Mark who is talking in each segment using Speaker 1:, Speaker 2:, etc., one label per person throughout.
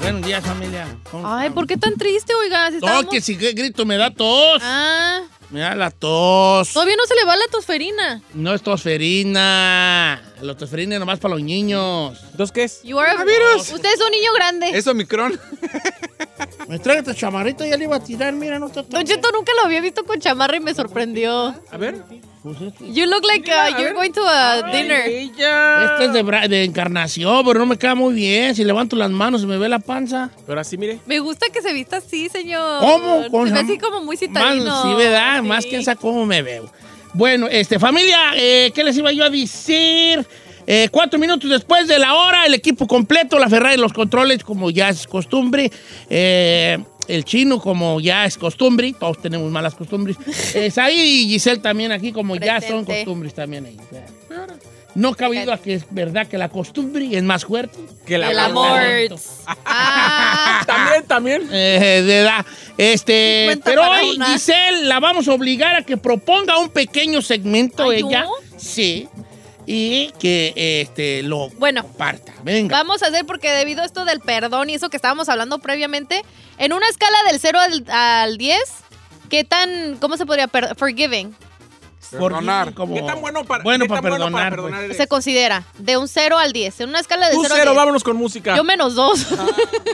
Speaker 1: Buenos días, familia. ¿Cómo
Speaker 2: Ay,
Speaker 1: estamos?
Speaker 2: ¿por qué tan triste, oiga? Si estábamos-
Speaker 1: No, que si grito me da tos.
Speaker 2: Ah,
Speaker 1: Me da la tos.
Speaker 2: todavía no se le va la tosferina.
Speaker 1: No es tosferina. La tosferina es nomás para los niños.
Speaker 3: ¿Entonces qué es?
Speaker 2: You are a
Speaker 3: Coronavirus.
Speaker 2: Usted es un niño grande.
Speaker 3: ¿Es Omicron?
Speaker 1: Me trae tu chamarrita, ya le iba a tirar, mira, no está tan-
Speaker 2: Don Cheto nunca lo había visto con chamarra y me sorprendió.
Speaker 3: A ver.
Speaker 1: Pues este-
Speaker 2: You look like uh, you're going to a dinner.
Speaker 3: ella.
Speaker 1: Este es de, bra- de encarnación, pero no me queda muy bien. Si levanto las manos, se me ve la panza.
Speaker 3: Pero así, mire.
Speaker 2: Me gusta que se vista así, señor.
Speaker 1: ¿Cómo? Con
Speaker 2: Se ve
Speaker 1: la-
Speaker 2: así como muy
Speaker 1: Más,
Speaker 2: citadino.
Speaker 1: sí, ¿verdad?
Speaker 2: Sí.
Speaker 1: Más quién sabe cómo me veo. Bueno, este, familia, eh, ¿qué les iba yo a decir? Eh, cuatro minutos después de la hora, el equipo completo, la Ferrari, los controles, como ya es costumbre. eh, el chino, como ya es costumbre. Todos tenemos malas costumbres. Es ahí y Giselle también aquí, como ya son
Speaker 2: Presente. Ah,
Speaker 1: costumbres también ahí. No cabido a que es verdad que la costumbre es más fuerte.
Speaker 3: Que la
Speaker 2: El
Speaker 1: amor.
Speaker 2: amor. Ah,
Speaker 3: También, también.
Speaker 1: Eh, de edad. Este,
Speaker 2: 50
Speaker 1: pero
Speaker 2: para
Speaker 1: hoy
Speaker 2: una.
Speaker 1: Giselle la vamos a obligar a que proponga un pequeño segmento
Speaker 2: ¿Ay,
Speaker 1: ella.
Speaker 2: ¿Ah, yo?
Speaker 1: Sí. Y que este lo
Speaker 2: Bueno.
Speaker 1: comparta. Venga.
Speaker 2: Vamos a hacer, porque debido a esto del perdón y eso que estábamos hablando previamente, en una escala del 0 al, al 10, ¿qué tan, cómo se podría, per- forgiving,
Speaker 1: Perdonar.
Speaker 3: ¿Qué tan bueno para,
Speaker 1: Bueno,
Speaker 3: qué
Speaker 1: para
Speaker 3: tan bueno
Speaker 1: perdonar, pues.
Speaker 3: para perdonar eres?
Speaker 2: se considera? De un 0 al 10, en una escala del
Speaker 3: Tú
Speaker 2: 0
Speaker 3: cero,
Speaker 2: al 10.
Speaker 3: vámonos con música.
Speaker 2: Yo menos 2.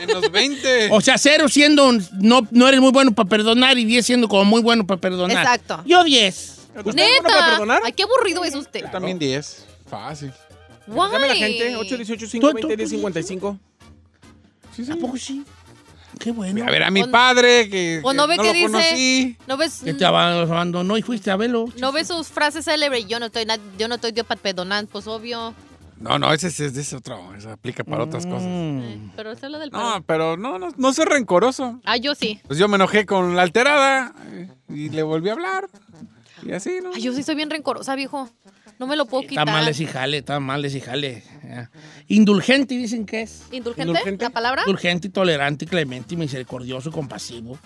Speaker 4: En los 20.
Speaker 1: O sea, cero siendo un- no, no eres muy bueno para perdonar y 10 siendo como muy bueno para perdonar.
Speaker 2: Exacto.
Speaker 1: Yo 10.
Speaker 3: ¿Usted es bueno para
Speaker 2: Neta.
Speaker 3: perdonar?
Speaker 2: Ay, qué aburrido es usted.
Speaker 4: También 10. Fácil.
Speaker 2: Why?
Speaker 3: Llame a la gente. 818 520 1055
Speaker 1: ¿A
Speaker 2: Mm.
Speaker 1: poco sí? Qué bueno.
Speaker 4: A ver, a mi
Speaker 2: O-
Speaker 4: padre que,
Speaker 2: o
Speaker 4: que
Speaker 2: no ve que
Speaker 4: lo
Speaker 2: dice-
Speaker 4: conocí.
Speaker 2: ¿No ves,
Speaker 1: Que te aban- abandonó y fuiste a verlo.
Speaker 2: no ves sus frases célebres? Yo no estoy, na- yo no estoy Dios para perdonar, pues obvio.
Speaker 4: No, no, ese es ese otro. Eso aplica para otras cosas.
Speaker 1: Mm.
Speaker 2: Eh, Pero eso es lo del
Speaker 4: No,
Speaker 2: perdón.
Speaker 4: pero no, no, no soy rencoroso.
Speaker 2: Ah, yo sí.
Speaker 4: Pues yo me enojé con la alterada eh, y le volví a hablar. Y así, ¿no?
Speaker 2: Ay, yo sí soy bien rencorosa, viejo. No me lo puedo quitar.
Speaker 1: Tamales y jale, tamales y jale. Ya. Indulgente dicen que es.
Speaker 2: ¿Indulgente?
Speaker 3: ¿Indulgente?
Speaker 2: ¿La palabra?
Speaker 1: Indulgente, tolerante, clemente, misericordioso, compasivo.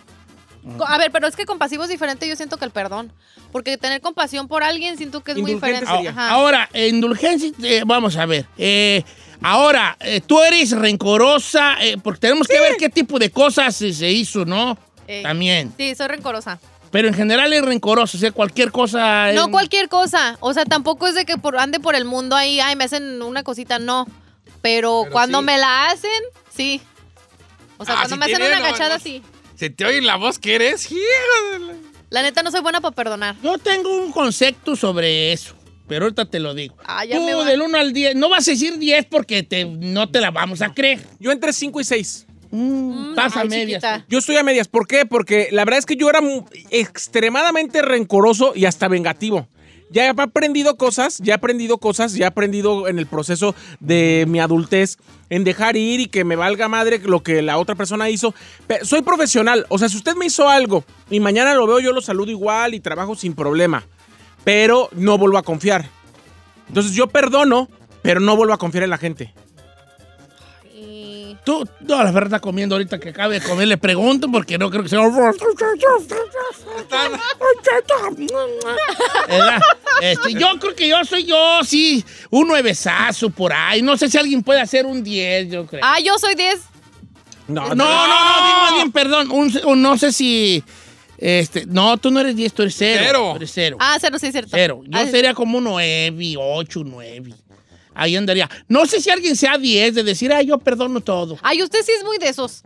Speaker 2: Co- A ver, pero es que compasivo es diferente, yo siento que el perdón. Porque tener compasión por alguien siento que es muy
Speaker 3: Indulgente
Speaker 2: diferente.
Speaker 3: sería.
Speaker 2: Ajá.
Speaker 1: Ahora, eh, indulgencia, eh, vamos a ver. eh, ahora, eh, tú eres rencorosa, eh, porque tenemos que ver qué tipo de cosas eh, se hizo, ¿no?
Speaker 2: Ey.
Speaker 1: También.
Speaker 2: Sí, soy rencorosa.
Speaker 1: Pero en general es rencoroso, o sea, cualquier cosa.
Speaker 2: No
Speaker 1: eh,
Speaker 2: cualquier cosa. O sea, tampoco es de que por, ande por el mundo ahí, ay, me hacen una cosita, no. Pero, cuando me la hacen, sí. O sea,
Speaker 4: Ah,
Speaker 2: cuando
Speaker 4: si
Speaker 2: me hacen
Speaker 4: tiene,
Speaker 2: una
Speaker 4: no,
Speaker 2: agachada,
Speaker 4: no.
Speaker 2: sí.
Speaker 4: Se te oye la voz que eres, hijo de la-
Speaker 2: La neta no soy buena para perdonar.
Speaker 1: Yo tengo un concepto sobre eso, pero ahorita te lo digo.
Speaker 2: Ah, ya
Speaker 1: tú,
Speaker 2: me va.
Speaker 1: del 1 al 10, no vas a decir 10 porque te, no te la vamos a creer.
Speaker 3: Yo entre 5 y 6.
Speaker 1: Mm,
Speaker 2: Mm,
Speaker 1: Pasa
Speaker 2: ay,
Speaker 1: medias.
Speaker 2: chiquita.
Speaker 3: Yo estoy a medias. ¿Por qué? Porque la verdad es que yo era mu- extremadamente rencoroso y hasta vengativo. Ya he aprendido cosas, ya he aprendido cosas, ya he aprendido en el proceso de mi adultez en dejar ir y que me valga madre lo que la otra persona hizo. Pe- soy profesional, o sea, si usted me hizo algo y mañana lo veo, yo lo saludo igual y trabajo sin problema, pero no vuelvo a confiar. Entonces yo perdono, pero no vuelvo a confiar en la gente.
Speaker 1: pues.
Speaker 2: Y-
Speaker 1: Tú, no, la verdad está comiendo ahorita que acabe de comer, le pregunto porque no creo que sea. ¿Verdad? Este, yo creo que yo soy yo, sí, un nuevezazo por ahí. No sé si alguien puede hacer un 10, yo creo.
Speaker 2: Ah, yo soy 10.
Speaker 3: No,
Speaker 1: no, no, no, bien, más bien, perdón. Un, un- no sé si. Este, no, tú no eres 10, tú eres 0.
Speaker 4: Cero.
Speaker 1: Tú eres 0.
Speaker 2: Ah, cero, sí, es cierto.
Speaker 1: Cero. Yo
Speaker 2: Ah,
Speaker 1: sería como 9, 8, 9. Ahí andaría. No sé si alguien sea 10 de decir, ah, yo perdono todo.
Speaker 2: Ay, usted sí es muy de esos.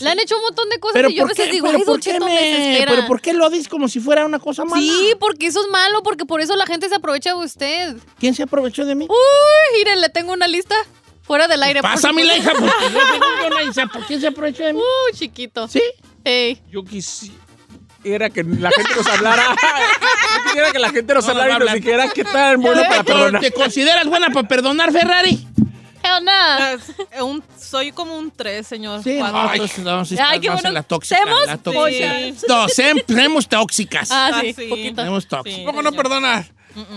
Speaker 2: Le han hecho un montón de cosas
Speaker 1: Pero
Speaker 2: y yo a
Speaker 1: ¿por
Speaker 2: veces
Speaker 1: qué?
Speaker 2: digo,
Speaker 1: ¿Pero
Speaker 2: ay,
Speaker 1: por
Speaker 2: Don
Speaker 1: qué
Speaker 2: Cheto, me
Speaker 1: me-
Speaker 2: desespera.
Speaker 1: ¿Pero por qué lo dices como si fuera una cosa mala?
Speaker 2: Sí, porque eso es malo, porque por eso la gente se aprovecha de usted.
Speaker 1: ¿Quién se aprovechó de mí?
Speaker 2: Uy, miren, le tengo una lista fuera del aire. por
Speaker 1: Pues Pásame la hija,
Speaker 2: supuesto.
Speaker 1: porque yo tengo una hija. ¿Por quién se aprovechó de mí?
Speaker 2: Uy, Uh, chiquito.
Speaker 1: ¿Sí?
Speaker 2: Ey.
Speaker 3: Yo quisiera que la gente nos hablara. Yo quisiera que la gente nos
Speaker 1: No, no
Speaker 3: hablara
Speaker 1: va
Speaker 3: y nos
Speaker 1: hablando.
Speaker 3: dijera qué tan bueno
Speaker 1: ¿Te-
Speaker 3: para perdonar.
Speaker 1: ¿Eh? ¿Te consideras buena para perdonar, Ferrari?
Speaker 2: Hell Ah, nah.
Speaker 5: Es un- soy como un 3, señor.
Speaker 1: Sí, no,
Speaker 5: Cuatro.
Speaker 1: entonces no, sí
Speaker 2: Ay,
Speaker 1: estás
Speaker 2: qué
Speaker 1: más en
Speaker 2: bueno.
Speaker 1: la tóxica.
Speaker 2: ¿Semos?
Speaker 1: la tóxica.
Speaker 5: Sí.
Speaker 1: No, sem- semos tóxicas.
Speaker 2: Ah, sí,
Speaker 5: Ah, sí.
Speaker 2: poquito.
Speaker 1: Semos tóxicas.
Speaker 4: ¿Cómo no perdonas?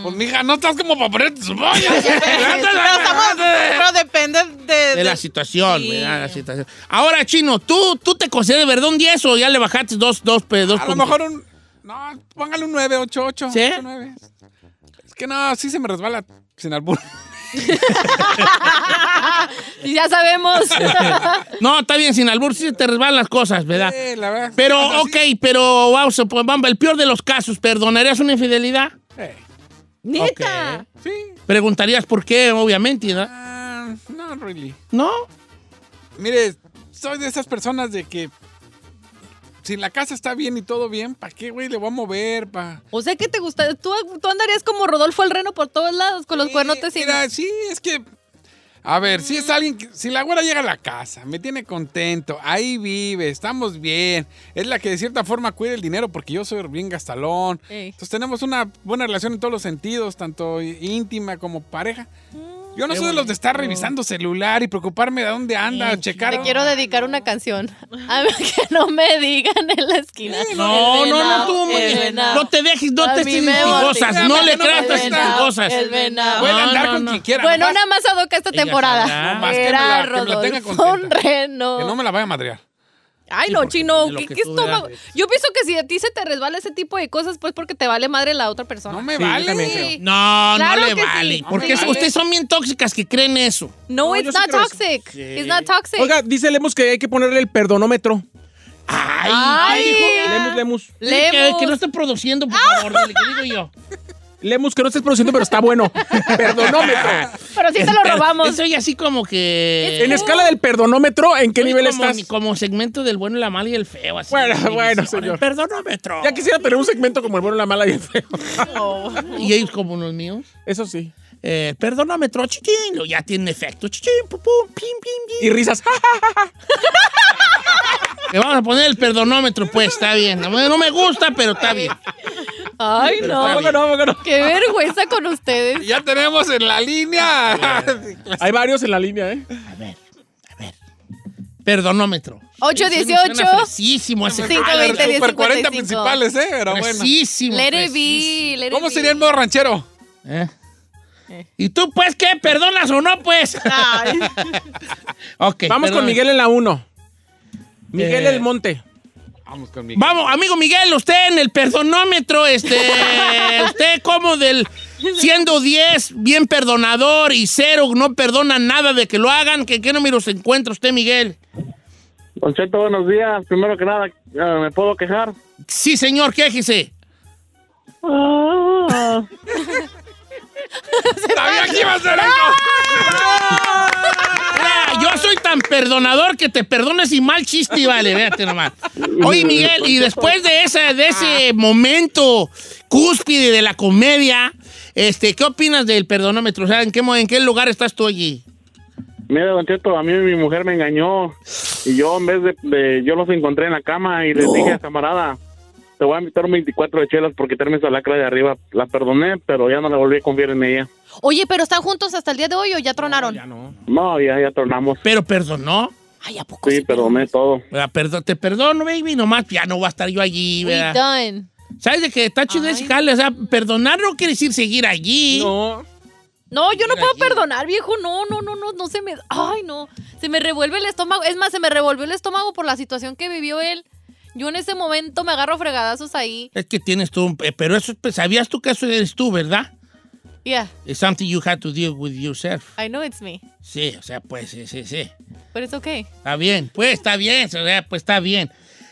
Speaker 4: Pues, mija, no estás como para poner tus boyas.
Speaker 5: Pero, estamos- pero depende de,
Speaker 1: De la
Speaker 5: de-
Speaker 1: situación,
Speaker 5: Sí.
Speaker 1: ¿verdad? La situación. Ahora, Chino, ¿tú, ¿tú te consideras de verdad un 10 o ya le bajaste dos, dos, pe- dos
Speaker 4: A lo
Speaker 1: puntos?
Speaker 4: mejor un. No, póngale un 9, 8, 8.
Speaker 1: Pues ¿Sí?
Speaker 4: 9. Es que no, sí se me resbala sin albur.
Speaker 2: Ya sabemos.
Speaker 1: No, está bien, sin albur sí se te resbalan las cosas, ¿verdad?
Speaker 4: Sí, la verdad.
Speaker 1: Pero, ok, pero vamos, pues, Bamba, el peor de los casos, ¿perdonarías una infidelidad?
Speaker 4: Eh,
Speaker 2: Neta.
Speaker 4: sí.
Speaker 1: Preguntarías por qué, obviamente, ¿verdad?
Speaker 4: Ah, no, really.
Speaker 1: ¿no?
Speaker 4: Mire, soy de esas personas de que si la casa está bien y todo bien, ¿para qué, güey? Le voy a mover, pa.
Speaker 2: O sea que te gusta. Tú, tú andarías como Rodolfo el Reno por todos lados con los
Speaker 4: Sí,
Speaker 2: cuernotes y.
Speaker 4: Mira, sí, es que. A ver, si es alguien que- Si la güera llega a la casa, me tiene contento, ahí vive, estamos bien. Es la que de cierta forma cuida el dinero porque yo soy bien gastalón.
Speaker 5: Ey.
Speaker 4: Entonces tenemos una buena relación en todos los sentidos, tanto íntima como pareja. Yo no soy de los de estar revisando celular y preocuparme de dónde anda, checar.
Speaker 2: Te quiero dedicar una canción. A ver, que no me digan en la esquina.
Speaker 1: No,
Speaker 2: El
Speaker 1: no, no,
Speaker 2: venado,
Speaker 1: tú,
Speaker 2: el
Speaker 1: eh,
Speaker 2: venado.
Speaker 1: no te dejes, no
Speaker 2: A
Speaker 1: te
Speaker 2: mí
Speaker 1: estés
Speaker 2: me
Speaker 1: cosas,
Speaker 2: voltea,
Speaker 1: no
Speaker 4: me
Speaker 1: le
Speaker 4: no me
Speaker 1: tratas
Speaker 4: el
Speaker 1: estas
Speaker 4: venado,
Speaker 1: cosas.
Speaker 2: el venado.
Speaker 4: Puede
Speaker 1: No,
Speaker 4: andar
Speaker 1: no,
Speaker 4: con
Speaker 1: no.
Speaker 4: quien quiera.
Speaker 2: Bueno,
Speaker 4: nomás
Speaker 2: nada más adoca esta
Speaker 1: Ella
Speaker 2: temporada.
Speaker 1: sabrá. Nomás
Speaker 4: que me
Speaker 2: Era
Speaker 4: la- que me la tenga
Speaker 2: Rodolfo un
Speaker 4: contenta.
Speaker 2: reno.
Speaker 4: Que no me la vaya a madrear.
Speaker 2: Ay,
Speaker 1: Sí,
Speaker 2: no,
Speaker 1: porque
Speaker 2: chino,
Speaker 1: de lo
Speaker 2: ¿qué,
Speaker 1: que
Speaker 2: qué
Speaker 1: tú
Speaker 2: estómago?
Speaker 1: veas.
Speaker 2: Yo pienso que si a ti se te resbala ese tipo de cosas, pues porque te vale madre la otra persona.
Speaker 4: No me
Speaker 3: Sí, yo
Speaker 4: vale.
Speaker 3: también creo.
Speaker 1: No,
Speaker 2: Claro
Speaker 1: no
Speaker 2: que
Speaker 1: le
Speaker 2: sí.
Speaker 1: vale.
Speaker 2: No
Speaker 1: porque
Speaker 2: le vale.
Speaker 1: ustedes son bien tóxicas que creen eso.
Speaker 2: No,
Speaker 3: No, yo
Speaker 2: it's
Speaker 3: sí
Speaker 2: not
Speaker 3: creo eso.
Speaker 2: toxic.
Speaker 1: Sí.
Speaker 2: It's not toxic.
Speaker 3: Oiga, dice Lemus que hay que ponerle el perdonómetro.
Speaker 1: Ay,
Speaker 2: Ay,
Speaker 1: ¿qué dijo?
Speaker 3: Lemus, Lemus.
Speaker 1: Dile Que,
Speaker 2: Lemus.
Speaker 1: que no esté produciendo, por favor, dile, que digo yo.
Speaker 3: Lemus, que no estés produciendo, pero está bueno. perdonómetro.
Speaker 2: Pero sí te lo
Speaker 1: Pero
Speaker 2: robamos.
Speaker 1: Eso y así como que...
Speaker 3: En escala del perdonómetro, ¿en qué
Speaker 1: Oye,
Speaker 3: nivel
Speaker 1: como,
Speaker 3: estás?
Speaker 1: Como segmento del bueno, la mala y el feo. Así,
Speaker 3: Bueno,
Speaker 1: de
Speaker 3: bueno,
Speaker 1: divisiones.
Speaker 3: señor.
Speaker 1: Perdónómetro.
Speaker 3: Ya quisiera tener un segmento como el bueno, la mala y el feo.
Speaker 1: Y ellos como los míos.
Speaker 3: Eso sí.
Speaker 1: Eh, perdónómetro, chichín. lo- Ya tiene efecto. Chichín, pum, pum, pim, pim, pim.
Speaker 3: Y risas.
Speaker 1: Le vamos a poner el perdonómetro, pues, está bien. No, me- no me gusta, pero está bien.
Speaker 2: Ay, no.
Speaker 3: ¿Cómo que no? ¿Cómo que no?
Speaker 2: Qué vergüenza con ustedes.
Speaker 4: Ya tenemos en la línea.
Speaker 3: Hay varios en la línea, ¿eh?
Speaker 1: A ver, a ver. Perdonómetro. Suena
Speaker 2: 818.
Speaker 1: Fresísimo ese
Speaker 2: Cinco,
Speaker 1: jale,
Speaker 2: veinte, diez.
Speaker 4: Super 40
Speaker 2: 55.
Speaker 4: principales, ¿eh? Pero bueno.
Speaker 1: Fresísimo,
Speaker 2: Let it
Speaker 1: fresísimo.
Speaker 2: be. let it
Speaker 4: ¿Cómo
Speaker 2: be.
Speaker 4: sería el modo ranchero?
Speaker 1: ¿Eh? ¿Y tú, pues, qué? ¿Perdonas o no, pues?
Speaker 5: Ay.
Speaker 1: Ok,
Speaker 3: Vamos con
Speaker 1: perdón.
Speaker 3: Miguel en la 1. Miguel
Speaker 1: Eh.
Speaker 3: El Monte.
Speaker 4: Vamos conmigo.
Speaker 1: Vamos, amigo Miguel, usted en el perdonómetro, este, usted como del siendo 10, bien perdonador y cero, no perdona nada de que lo hagan, ¿que qué número se encuentra usted, Miguel?
Speaker 6: Don Cheto, buenos días. Primero que nada, eh, ¿me puedo quejar?
Speaker 1: Sí, señor, quéjese.
Speaker 4: Sabía que iba a ser eso.
Speaker 1: Ah, yo soy tan perdonador que te perdones y mal chiste, vale, véate nomás. Oye, Miguel, y después de, esa, de ese momento cúspide de la comedia, este, ¿qué opinas del perdonómetro? O sea, ¿en qué, mo- en qué lugar estás tú allí?
Speaker 6: Mira, Don Cheto, a mí mi mujer me engañó y yo en vez de, de- yo los encontré en la cama y les dije, camarada, te voy a invitar un 24 de chelas por quitarme esa lacra de arriba. La perdoné, pero ya no la volví a confiar en ella.
Speaker 2: Oye, pero están juntos hasta el día de hoy o ya tronaron.
Speaker 3: no.
Speaker 6: No, ya, ya tornamos.
Speaker 1: Pero perdonó.
Speaker 2: Ay, ¿a poco?
Speaker 6: Sí, perdoné todo.
Speaker 1: ¿verdad? Ah, Perdo- te perdono, baby, nomás ya no voy a estar yo allí,
Speaker 2: We
Speaker 1: ¿verdad?
Speaker 2: done.
Speaker 1: ¿Sabes de que está chido ese jale? O sea, perdonar no quiere decir seguir allí.
Speaker 3: No.
Speaker 2: No, yo no
Speaker 1: Mira
Speaker 2: puedo
Speaker 1: aquí.
Speaker 2: perdonar, viejo. No, no, no, no, no se me. Ay, no. Se me revuelve el estómago. Es más, se me revolvió el estómago por la situación que vivió él. Yo en ese momento me agarro fregadazos ahí.
Speaker 1: Es que tienes tú, un- eh, pero eso, pues, sabías tú que eso eres tú, ¿verdad?
Speaker 2: Yeah,
Speaker 1: It's something you had to deal with yourself.
Speaker 2: I know it's me.
Speaker 1: Sí, o sea, pues, sí, sí, sí.
Speaker 2: Pero it's okay.
Speaker 1: Está bien, pues, está bien, o sea, pues, está bien.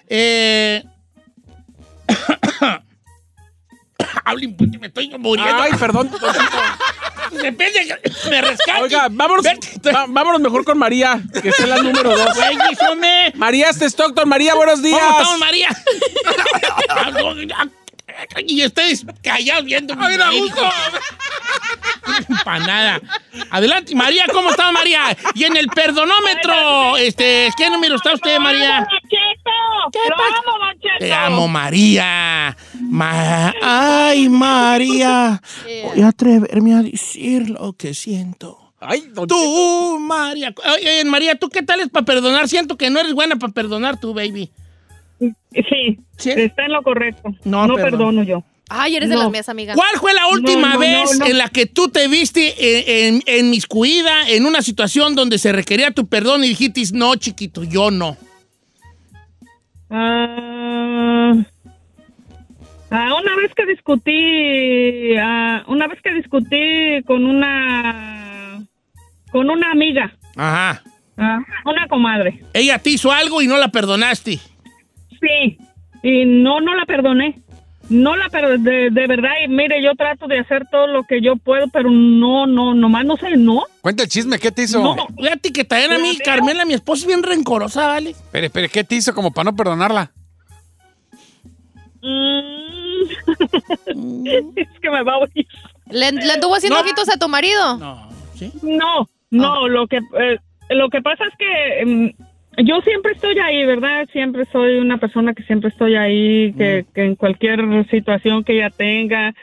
Speaker 1: Eh... Hablen, pues, que me estoy muriendo.
Speaker 3: Ay, perdón.
Speaker 1: Depende, que me rescate.
Speaker 3: Oiga, vámonos,
Speaker 1: Vete, estoy-
Speaker 3: va- vámonos mejor con María, que es la número 2.
Speaker 1: Güey, híjole.
Speaker 3: María este Stockton, María, buenos días.
Speaker 1: ¿Cómo estamos, María? y ustedes callados viendo. mi
Speaker 4: Mira,
Speaker 1: video.
Speaker 4: gusto.
Speaker 1: Para nada. Adelante, María, ¿cómo está María? Y en el perdonómetro, este, ¿qué número está usted, María? ¡Lo amo, Te amo, María. Ma- Ay, María. Voy a atreverme a decir lo que siento.
Speaker 3: Ay, don Cheto.
Speaker 1: Tú, María. Oye, María, ¿tú qué tal es para perdonar? Siento que no eres buena para perdonar tú, baby.
Speaker 7: Sí,
Speaker 1: ¿Sí?
Speaker 7: está en lo correcto.
Speaker 1: No,
Speaker 7: No,
Speaker 1: perdón.
Speaker 7: perdono yo.
Speaker 2: Ay, eres de
Speaker 7: No.
Speaker 2: las mías, amiga.
Speaker 1: ¿Cuál fue la última
Speaker 7: No, no,
Speaker 1: vez
Speaker 7: no, no.
Speaker 1: en la que tú te viste en, en, enmiscuida en una situación donde se requería tu perdón y dijiste, no, chiquito, yo no?
Speaker 7: Ah, ah, una vez que discutí, ah, una vez que discutí con una, con una amiga.
Speaker 1: Ajá.
Speaker 7: Ah, una comadre.
Speaker 1: Ella te hizo algo y no la perdonaste.
Speaker 7: Sí. Y no, no la perdoné. No la perdoné, de, de verdad. Y mire, yo trato de hacer todo lo que yo puedo, pero no, no, nomás no sé, no.
Speaker 4: Cuenta el chisme, ¿qué te hizo?
Speaker 1: No, fíjate que también a mí, Carmela, mi esposa es bien rencorosa, ¿vale?
Speaker 4: Espere, espere, ¿qué te hizo como para no perdonarla?
Speaker 7: Mm. es que me va a oír.
Speaker 2: ¿Le, le anduvo haciendo ojitos a tu marido?
Speaker 1: No, ¿sí?
Speaker 7: No, no,
Speaker 8: Ah.
Speaker 7: lo que eh, lo que pasa es que mm, yo siempre estoy ahí, ¿verdad? Siempre soy una persona que siempre estoy ahí, que,
Speaker 8: Mm.
Speaker 7: que en cualquier situación que ella tenga.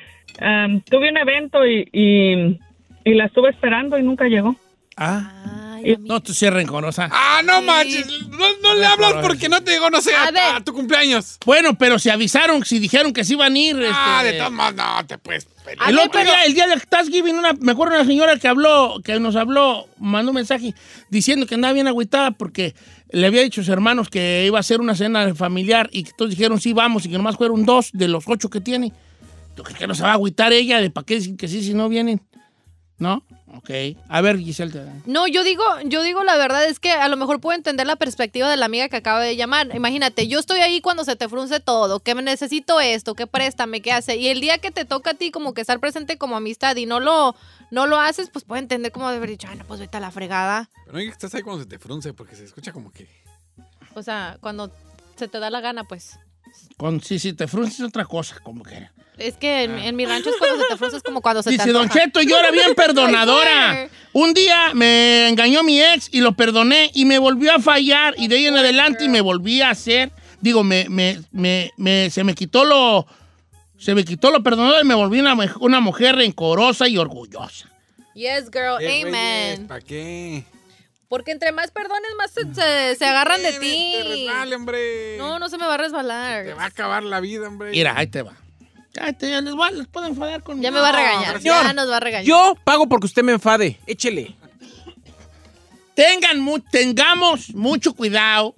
Speaker 7: Am, tuve un evento y, y, y la estuve esperando y nunca llegó.
Speaker 1: Ah,
Speaker 2: Ay, amigo.
Speaker 1: no, tú sí eres rencorosa.
Speaker 4: Ah, no manches. No, no le hablas porque no te llegó, no sé,
Speaker 2: A
Speaker 4: a,
Speaker 2: ver.
Speaker 4: a tu cumpleaños.
Speaker 1: Bueno, pero si avisaron, si dijeron que se iban a ir.
Speaker 4: Ah,
Speaker 1: este,
Speaker 4: de todas maneras, no te puedes pelear.
Speaker 2: Ah,
Speaker 1: El
Speaker 2: ver,
Speaker 1: otro
Speaker 2: pero-
Speaker 1: día, el día del Thanksgiving, una, me acuerdo una señora que habló, que nos habló, mandó un mensaje diciendo que andaba bien agüitada porque le había dicho a sus hermanos que iba a hacer una cena familiar y que todos dijeron sí, vamos, y que nomás fueron dos de los ocho que tiene. ¿Tú crees que no se va a agüitar ella? ¿De para qué dicen que sí si no vienen? ¿No? Ok. A ver, Giselle. te-
Speaker 2: No, yo digo, yo digo la verdad es que a lo mejor puedo entender la perspectiva de la amiga que acaba de llamar. Imagínate, yo estoy ahí cuando se te frunce todo, que me necesito esto, que préstame, que hace. Y el día que te toca a ti como que estar presente como amistad y no lo, no lo haces, pues puedo entender como de haber dicho, ay no, pues vete a la fregada.
Speaker 4: Pero no digas que estás ahí cuando se te frunce, porque se escucha como que.
Speaker 2: O sea, cuando se te da la gana, pues.
Speaker 1: Con, sí, sí, te frunces otra cosa, como que era.
Speaker 2: Es que
Speaker 4: Ah.
Speaker 2: en, en mi rancho es cuando se te frunce, es como cuando se te
Speaker 1: Dice, Don
Speaker 2: antoja.
Speaker 1: Cheto, yo era bien
Speaker 2: Ay,
Speaker 1: perdonadora.
Speaker 2: güey.
Speaker 1: Un día me engañó mi ex y lo perdoné y me volvió a fallar y de ahí en adelante me volví a hacer, digo, me, me, me, me- se me quitó lo, se me quitó lo perdonado y me volví una, mej- una mujer rencorosa y orgullosa.
Speaker 2: Yes, girl, amen.
Speaker 4: ¿Para "Eh, qué?
Speaker 2: Porque entre más perdones, más se, se- se agarran de ti.
Speaker 4: Vale, hombre.
Speaker 2: No, no se me va a resbalar.
Speaker 4: Te va a acabar la vida, hombre.
Speaker 1: Mira, ahí te va. Ahí te, les, va- les puedo enfadar con
Speaker 2: Ya me va a
Speaker 1: No.
Speaker 2: regañar.
Speaker 3: señor.
Speaker 2: Ya nos va a regañar.
Speaker 3: Yo pago porque usted me enfade. Échele.
Speaker 1: tengan mu- tengamos mucho cuidado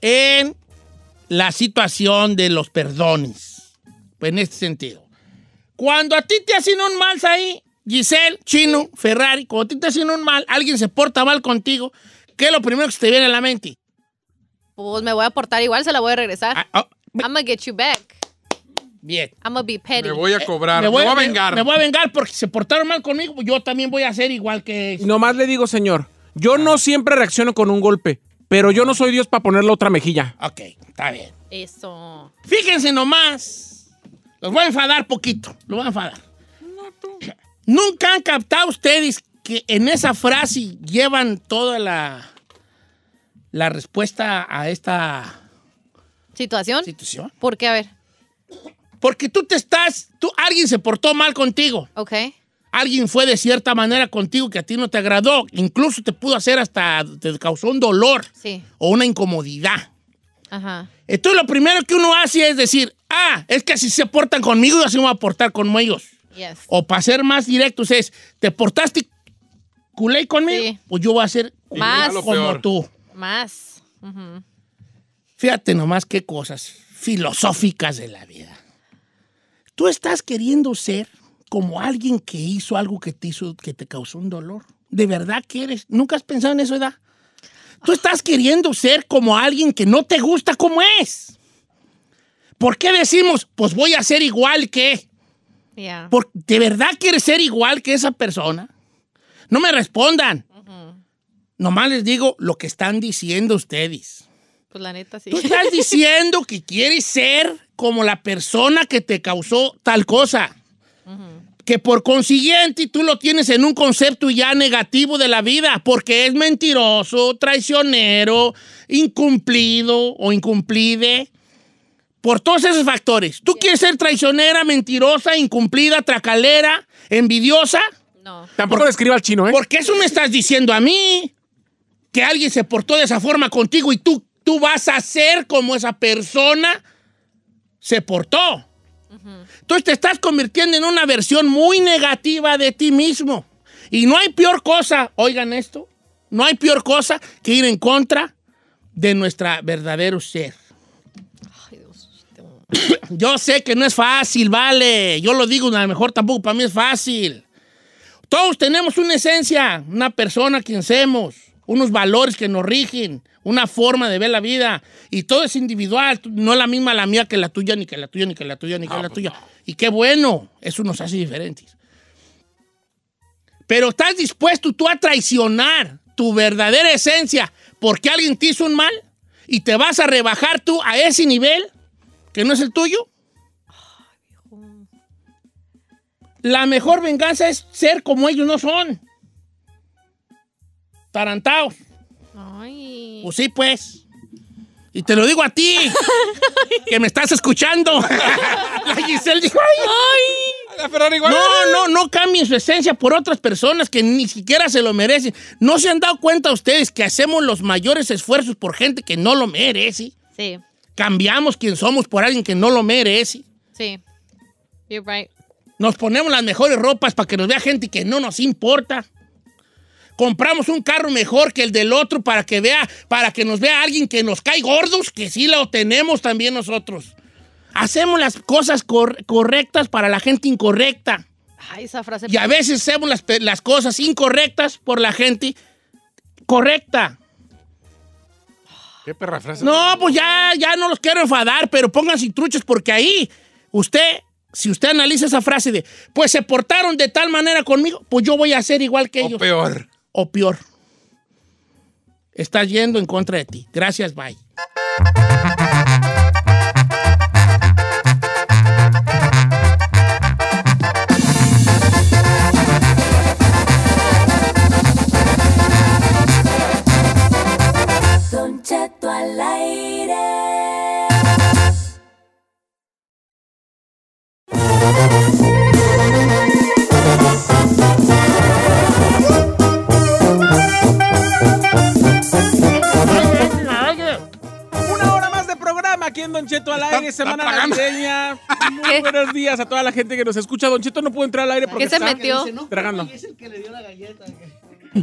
Speaker 1: en la situación de los perdones. Pues en este sentido. Cuando a ti te hacen un mal, ahí, Giselle, Chino, Ferrari, cuando a ti te hacen un mal, alguien se porta mal contigo, ¿qué es lo primero que se te viene a la mente?
Speaker 2: Pues me voy a portar igual, se la voy a regresar.
Speaker 1: Ah, ah,
Speaker 2: I'm gonna get you back.
Speaker 1: bien.
Speaker 2: I'm gonna be petty.
Speaker 4: Me voy a cobrar, me voy, a vengar.
Speaker 1: Me, voy a vengar porque se portaron mal conmigo, pues, yo también voy a hacer igual que...
Speaker 3: Nomás le digo, señor, yo no siempre reacciono con un golpe, pero yo no soy Dios para ponerle otra mejilla.
Speaker 1: Ok, está bien.
Speaker 2: Eso.
Speaker 1: Fíjense nomás. Los voy a enfadar poquito. Los voy a enfadar. Nunca han captado ustedes que en esa frase llevan toda la, la respuesta a esta
Speaker 2: ¿Situación?
Speaker 1: situación.
Speaker 2: ¿Por qué? A ver.
Speaker 1: Porque tú te estás, tú, alguien se portó mal contigo.
Speaker 2: Ok.
Speaker 1: Alguien fue de cierta manera contigo que a ti no te agradó. Incluso te pudo hacer hasta, te causó un dolor
Speaker 2: Sí.
Speaker 1: o una incomodidad.
Speaker 2: Ajá.
Speaker 1: Entonces lo primero que uno hace es decir, ah, es que así se portan conmigo y así me voy a portar con ellos.
Speaker 2: Yes.
Speaker 1: O para ser más directos es, ¿te portaste culé conmigo?
Speaker 2: Sí.
Speaker 1: Pues yo voy a ser culé
Speaker 2: Más.
Speaker 1: como
Speaker 4: Peor.
Speaker 1: tú.
Speaker 2: Más. Ujú.
Speaker 1: Fíjate nomás qué cosas filosóficas de la vida. Tú estás queriendo ser como alguien que hizo algo que te hizo, que te causó un dolor. ¿De verdad quieres? ¿Nunca has pensado en eso, edad? Tú estás queriendo ser como alguien que no te gusta como es. ¿Por qué decimos, pues voy a ser igual que?
Speaker 2: Yeah.
Speaker 1: Por- ¿De verdad quieres ser igual que esa persona? No me respondan. Nomás les digo lo que están diciendo ustedes.
Speaker 2: Pues la neta sí.
Speaker 1: Tú estás diciendo que quieres ser como la persona que te causó tal cosa. Que por consiguiente tú lo tienes en un concepto ya negativo de la vida, porque es mentiroso, traicionero, incumplido o incumplide. Por todos esos factores. ¿Tú quieres ser traicionera, mentirosa, incumplida, tracalera, envidiosa?
Speaker 2: No.
Speaker 3: Tampoco le escriba al chino, ¿eh?
Speaker 1: Porque eso me estás diciendo a mí. Que alguien se portó de esa forma contigo y tú, tú vas a ser como esa persona se portó. Entonces te estás convirtiendo en una versión muy negativa de ti mismo. Y no hay peor cosa, oigan esto, no hay peor cosa que ir en contra de nuestro verdadero ser.
Speaker 2: Ay, Dios.
Speaker 1: Yo sé que no es fácil, vale. Yo lo digo, a lo mejor tampoco para mí es fácil. Todos tenemos una esencia, una persona que hacemos, unos valores que nos rigen, una forma de ver la vida. Y todo es individual, no la misma la mía que la tuya, ni que la tuya, ni que la tuya, ni que
Speaker 4: No,
Speaker 1: la
Speaker 4: pues
Speaker 1: tuya. Y qué bueno, eso nos hace diferentes. Pero estás dispuesto tú a traicionar tu verdadera esencia porque alguien te hizo un mal y te vas a rebajar tú a ese nivel que no es el tuyo. La mejor venganza es ser como ellos no son. Tarantaos.
Speaker 2: Ay.
Speaker 1: Pues sí, pues. Y te lo digo a ti, que me estás escuchando. La Giselle dijo, "Ay,
Speaker 4: La Ferrari igual.
Speaker 1: no, no, no cambien su esencia por otras personas que ni siquiera se lo merecen. ¿No se han dado cuenta ustedes que hacemos los mayores esfuerzos por gente que no lo merece?
Speaker 2: Sí,
Speaker 1: Cambiamos quien somos por alguien que no lo merece.
Speaker 2: sí. You're right.
Speaker 1: Nos ponemos las mejores ropas para que nos vea gente que no nos importa. Compramos un carro mejor que el del otro para que vea, para que nos vea alguien que nos cae gordos, que sí lo tenemos también nosotros. Hacemos las cosas cor- correctas para la gente incorrecta.
Speaker 2: Ay, esa frase.
Speaker 1: Y a veces hacemos las, pe- las cosas incorrectas por la gente correcta.
Speaker 4: Qué perra frase.
Speaker 1: No, pues ya, ya no los quiero enfadar, pero pónganse truchos porque ahí usted, si usted analiza esa frase de, pues se portaron de tal manera conmigo, pues yo voy a ser igual que
Speaker 4: O
Speaker 1: ellos.
Speaker 4: peor.
Speaker 1: o peor. Estás yendo en contra de ti. Gracias, bye.
Speaker 3: Una hora más de programa aquí en Don Cheto al aire,
Speaker 4: Está- está
Speaker 3: semana
Speaker 4: pagando.
Speaker 3: navideña. Muy
Speaker 2: ¿Qué?
Speaker 3: buenos días a toda la gente que nos escucha. Don Cheto no pudo entrar al aire porque
Speaker 2: se
Speaker 3: está
Speaker 2: metió?
Speaker 3: tragando.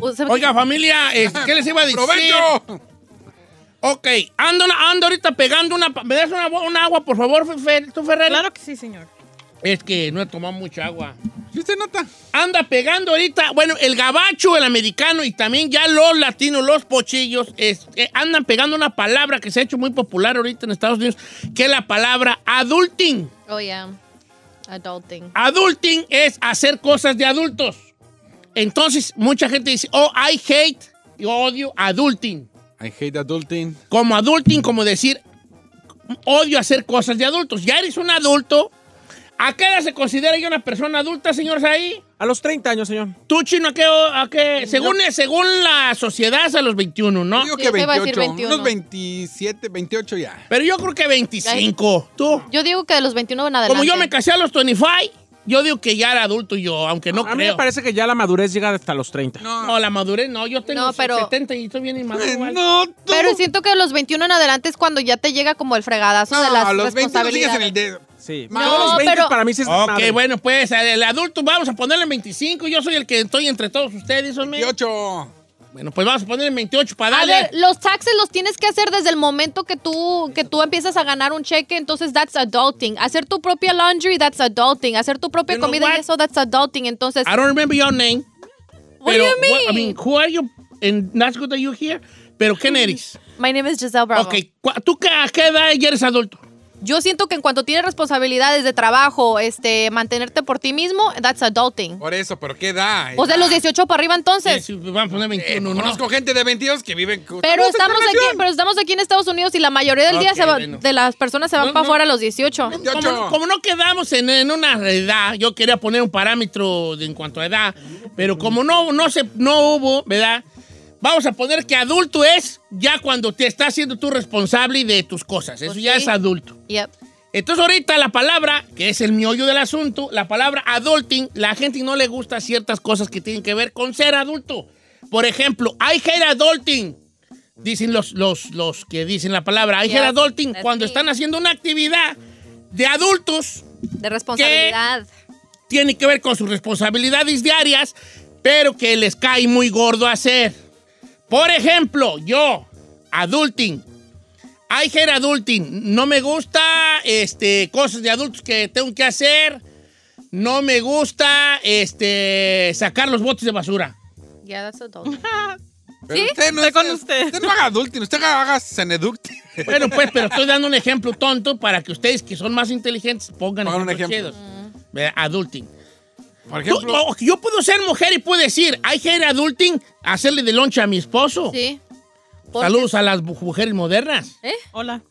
Speaker 2: Usted-
Speaker 1: Oiga, familia, eh, ¿qué les iba a decir?
Speaker 4: ¡Provecho!
Speaker 1: Ok, ando, ando ahorita pegando una... pa- ¿Me das una, bo- un agua, por favor, Fe- Fe- tú, Ferrer?
Speaker 5: Claro que sí, señor.
Speaker 1: Es que no he tomado mucha agua.
Speaker 4: ¿Y usted nota?
Speaker 1: anda pegando ahorita, bueno, el gabacho, el americano y también ya los latinos, los pochillos, es- eh, andan pegando una palabra que se ha hecho muy popular ahorita en Estados Unidos, que es la palabra adulting.
Speaker 2: Oh, yeah. Adulting.
Speaker 1: Adulting es hacer cosas de adultos. Entonces, mucha gente dice, oh, I hate, yo odio adulting.
Speaker 4: I hate adulting.
Speaker 1: Como adulting, como decir, odio hacer cosas de adultos. Ya eres un adulto. ¿A qué edad se considera ya una persona adulta, señores, ahí?
Speaker 3: A los 30 años, señor.
Speaker 1: ¿Tú, Chino, a qué? a qué- Según, según la sociedad, es a los 21, ¿no?
Speaker 4: Yo digo
Speaker 2: Sí,
Speaker 4: que
Speaker 2: yo iba a
Speaker 4: 28.
Speaker 2: decir 21.
Speaker 4: Unos 27, 28 ya.
Speaker 1: Pero yo creo que 25. ¿Tú?
Speaker 2: Yo digo que de los 21 en adelante.
Speaker 1: Como yo me casé a los 25, yo digo que ya era adulto yo, aunque no
Speaker 3: a mí me
Speaker 1: creo.
Speaker 3: parece que ya la madurez llega hasta los 30.
Speaker 1: No, la madurez, no. Yo tengo
Speaker 2: No, pero-
Speaker 1: 70 y estoy bien inmaduro. igual.
Speaker 4: No, tú.
Speaker 2: Pero siento que de los 21 en adelante es cuando ya te llega como el fregadazo de las
Speaker 4: a Ah, los 20 no
Speaker 2: responsabilidades.
Speaker 4: sigues en el dedo.
Speaker 3: Sí.
Speaker 4: No,
Speaker 3: Yo a los 20
Speaker 2: pero-
Speaker 3: para mí sí es
Speaker 1: Ok,
Speaker 3: madre.
Speaker 1: bueno, pues el adulto vamos a ponerle 25. Yo soy el que estoy entre todos ustedes, hombre.
Speaker 4: 28.
Speaker 1: Bueno, pues vamos a ponerle 28 para
Speaker 2: A
Speaker 1: darle.
Speaker 2: ver, los taxes los tienes que hacer desde el momento que tú, que tú empiezas a ganar un cheque, entonces that's adulting. Hacer tu propia laundry, that's adulting. Hacer tu propia
Speaker 1: You know
Speaker 2: comida
Speaker 1: what?
Speaker 2: y eso, that's adulting. Entonces,
Speaker 1: I don't remember your name.
Speaker 2: What
Speaker 1: pero,
Speaker 2: do you
Speaker 1: I
Speaker 2: mean?
Speaker 1: mean, who are you? And that's good that you're here. Pero, ¿quién eres?
Speaker 2: my name is Giselle Bravo.
Speaker 1: Ok, cua- ¿tú qué- a qué edad ya eres adulto?
Speaker 2: Yo siento que en cuanto tienes responsabilidades de trabajo, este, mantenerte por ti mismo, that's adulting.
Speaker 4: Por eso, pero ¿qué da? eh.
Speaker 2: O sea, los 18 para arriba
Speaker 1: Sí,
Speaker 2: entonces.
Speaker 1: sí, vamos a poner 21, ¿no?
Speaker 4: Conozco gente de 22 que viven con.
Speaker 2: Pero
Speaker 4: en
Speaker 2: estamos aquí,
Speaker 4: relación.
Speaker 2: pero estamos aquí en Estados Unidos y la mayoría del día
Speaker 1: Ok,
Speaker 2: se va-
Speaker 1: bueno.
Speaker 2: de las personas se van
Speaker 1: No,
Speaker 2: para
Speaker 1: no.
Speaker 2: afuera a los 18.
Speaker 1: Como, no- como no quedamos en, en una edad, yo quería poner un parámetro de- en cuanto a edad, pero como no, no, se, no hubo, ¿verdad? Vamos a poner que adulto es ya cuando te estás siendo tú responsable de tus cosas. Eso
Speaker 2: Pues
Speaker 1: ya
Speaker 2: sí.
Speaker 1: es adulto.
Speaker 2: Yep.
Speaker 1: Entonces ahorita la palabra, que es el miollo del asunto, la palabra adulting, la gente no le gusta ciertas cosas que tienen que ver con ser adulto. Por ejemplo, I hate adulting. Dicen los, los, los que dicen la palabra I hate
Speaker 2: Yeah,
Speaker 1: adulting
Speaker 2: that's
Speaker 1: cuando
Speaker 2: me.
Speaker 1: están haciendo una actividad de adultos
Speaker 2: De responsabilidad.
Speaker 1: tiene que ver con sus responsabilidades diarias, pero que les cae muy gordo hacer. Por ejemplo, yo, adulting. I hate adulting. No me gusta este, cosas de adultos que tengo que hacer. No me gusta este, sacar los botes de basura.
Speaker 2: Ya, that's adult.
Speaker 4: Pero
Speaker 2: ¿Sí?
Speaker 4: Usted no,
Speaker 5: Estoy con
Speaker 4: usted-
Speaker 5: usted.
Speaker 4: usted no haga adulting, usted haga seneducting.
Speaker 1: Bueno, pues, pero estoy dando un ejemplo tonto para que ustedes que son más inteligentes pongan
Speaker 4: Pongan un
Speaker 1: ejemplos
Speaker 4: ejemplo.
Speaker 1: chidos. Vea, Adulting.
Speaker 4: Por
Speaker 1: Tú-
Speaker 4: ejemplo,
Speaker 1: o- yo puedo ser mujer y puedo decir, hay hate adulting, hacerle de loncha a mi esposo.
Speaker 2: Sí. Porque-
Speaker 1: Saludos a las bu- mujeres modernas.
Speaker 5: Hola.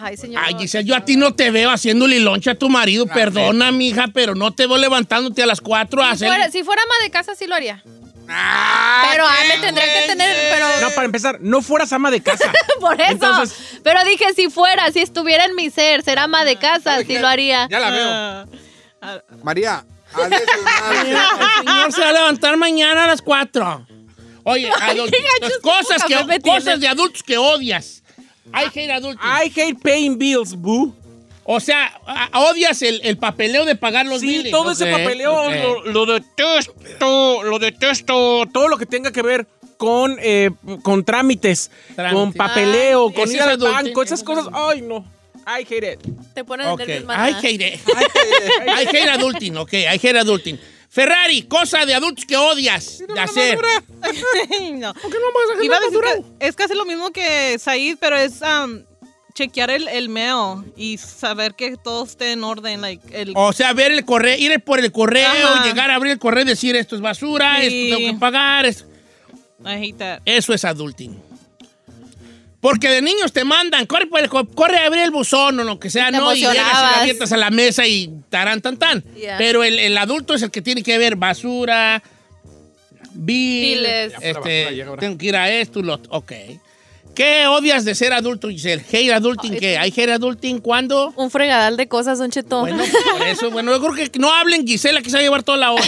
Speaker 2: Ay, señor.
Speaker 1: Ay, Giselle, yo a ti no te veo haciéndole loncha a tu marido.
Speaker 4: Ah,
Speaker 1: Perdona, mija, pero no te veo levantándote a las 4 a
Speaker 2: si, fuera,
Speaker 1: hacer.
Speaker 2: si fuera ama de casa, sí lo haría.
Speaker 4: Ah,
Speaker 2: Pero ah,
Speaker 4: qué
Speaker 2: me tendré que
Speaker 4: güey,
Speaker 2: tener. Pero,
Speaker 3: No, para empezar, no fueras ama de casa.
Speaker 2: por eso.
Speaker 3: Entonces-
Speaker 2: pero dije, si fuera, si estuviera en mi ser, ser ama
Speaker 1: Ah,
Speaker 2: de casa,
Speaker 4: ¿sabe
Speaker 2: sí
Speaker 4: qué?
Speaker 2: lo haría.
Speaker 4: Ya la veo.
Speaker 5: Ah, ah,
Speaker 9: María, hazle su madre.
Speaker 1: El señor se va a levantar mañana a las 4. Oye, adulto,
Speaker 2: qué gachos,
Speaker 1: las cosas,
Speaker 2: nunca me Ah,
Speaker 1: que,
Speaker 2: metí en
Speaker 1: cosas
Speaker 2: el-
Speaker 1: de adultos que odias. Hay hate adulting.
Speaker 3: I hate paying bills, boo.
Speaker 1: O sea, a- odias el, el papeleo de pagar los
Speaker 3: Sí,
Speaker 1: biles.
Speaker 3: todo ese
Speaker 1: Ok,
Speaker 3: papeleo
Speaker 1: ok.
Speaker 3: Lo, lo detesto, lo detesto. Todo lo que tenga que ver con, eh, con trámites,
Speaker 1: Trámites.
Speaker 3: con papeleo,
Speaker 1: Ay,
Speaker 3: con
Speaker 1: ese
Speaker 3: ir al
Speaker 1: es adulting,
Speaker 3: banco,
Speaker 1: ese
Speaker 3: esas
Speaker 1: es
Speaker 3: cosas.
Speaker 1: adulting.
Speaker 3: Ay, no. I hate it.
Speaker 2: Te pones
Speaker 1: Ok.
Speaker 2: nervioso,
Speaker 1: Hay
Speaker 2: maná.
Speaker 1: hate. Hay hate adulting, ok. Hay hate adulting. Ferrari, cosa de adultos que odias de hacer.
Speaker 5: no. Iba a decir que es casi lo mismo que Said, pero es am, chequear el, el mail y saber que todo esté en orden. Like, el,
Speaker 1: O sea, ver el correo, ir por el correo,
Speaker 5: Ajá.
Speaker 1: llegar a abrir el correo y decir esto es basura,
Speaker 5: Sí.
Speaker 1: esto tengo que pagar. esto-
Speaker 5: I hate that.
Speaker 1: Eso es adulting. Porque de niños te mandan, corre, por el co- corre a abrir el buzón o lo que sea,
Speaker 2: Y te
Speaker 1: ¿no? Y llegas y la
Speaker 2: emocionabas.
Speaker 1: avientas a la mesa y tarán, tan, tan.
Speaker 2: Yeah.
Speaker 1: Pero el, el adulto es el que tiene que ver basura, bill,
Speaker 2: Biles.
Speaker 4: Ya fue la basura,
Speaker 1: este,
Speaker 4: llega ahora.
Speaker 1: tengo que ir a esto, y lo, ok. ¿Qué odias de ser adulto, Giselle? ¿Hate adulting
Speaker 2: Ay,
Speaker 1: qué? ¿Hay hate adulting cuándo?
Speaker 2: Un fregadal de cosas, Don Cheto.
Speaker 1: Bueno, por eso, bueno, yo creo que no hablen Gisela, que se va a llevar toda la hora.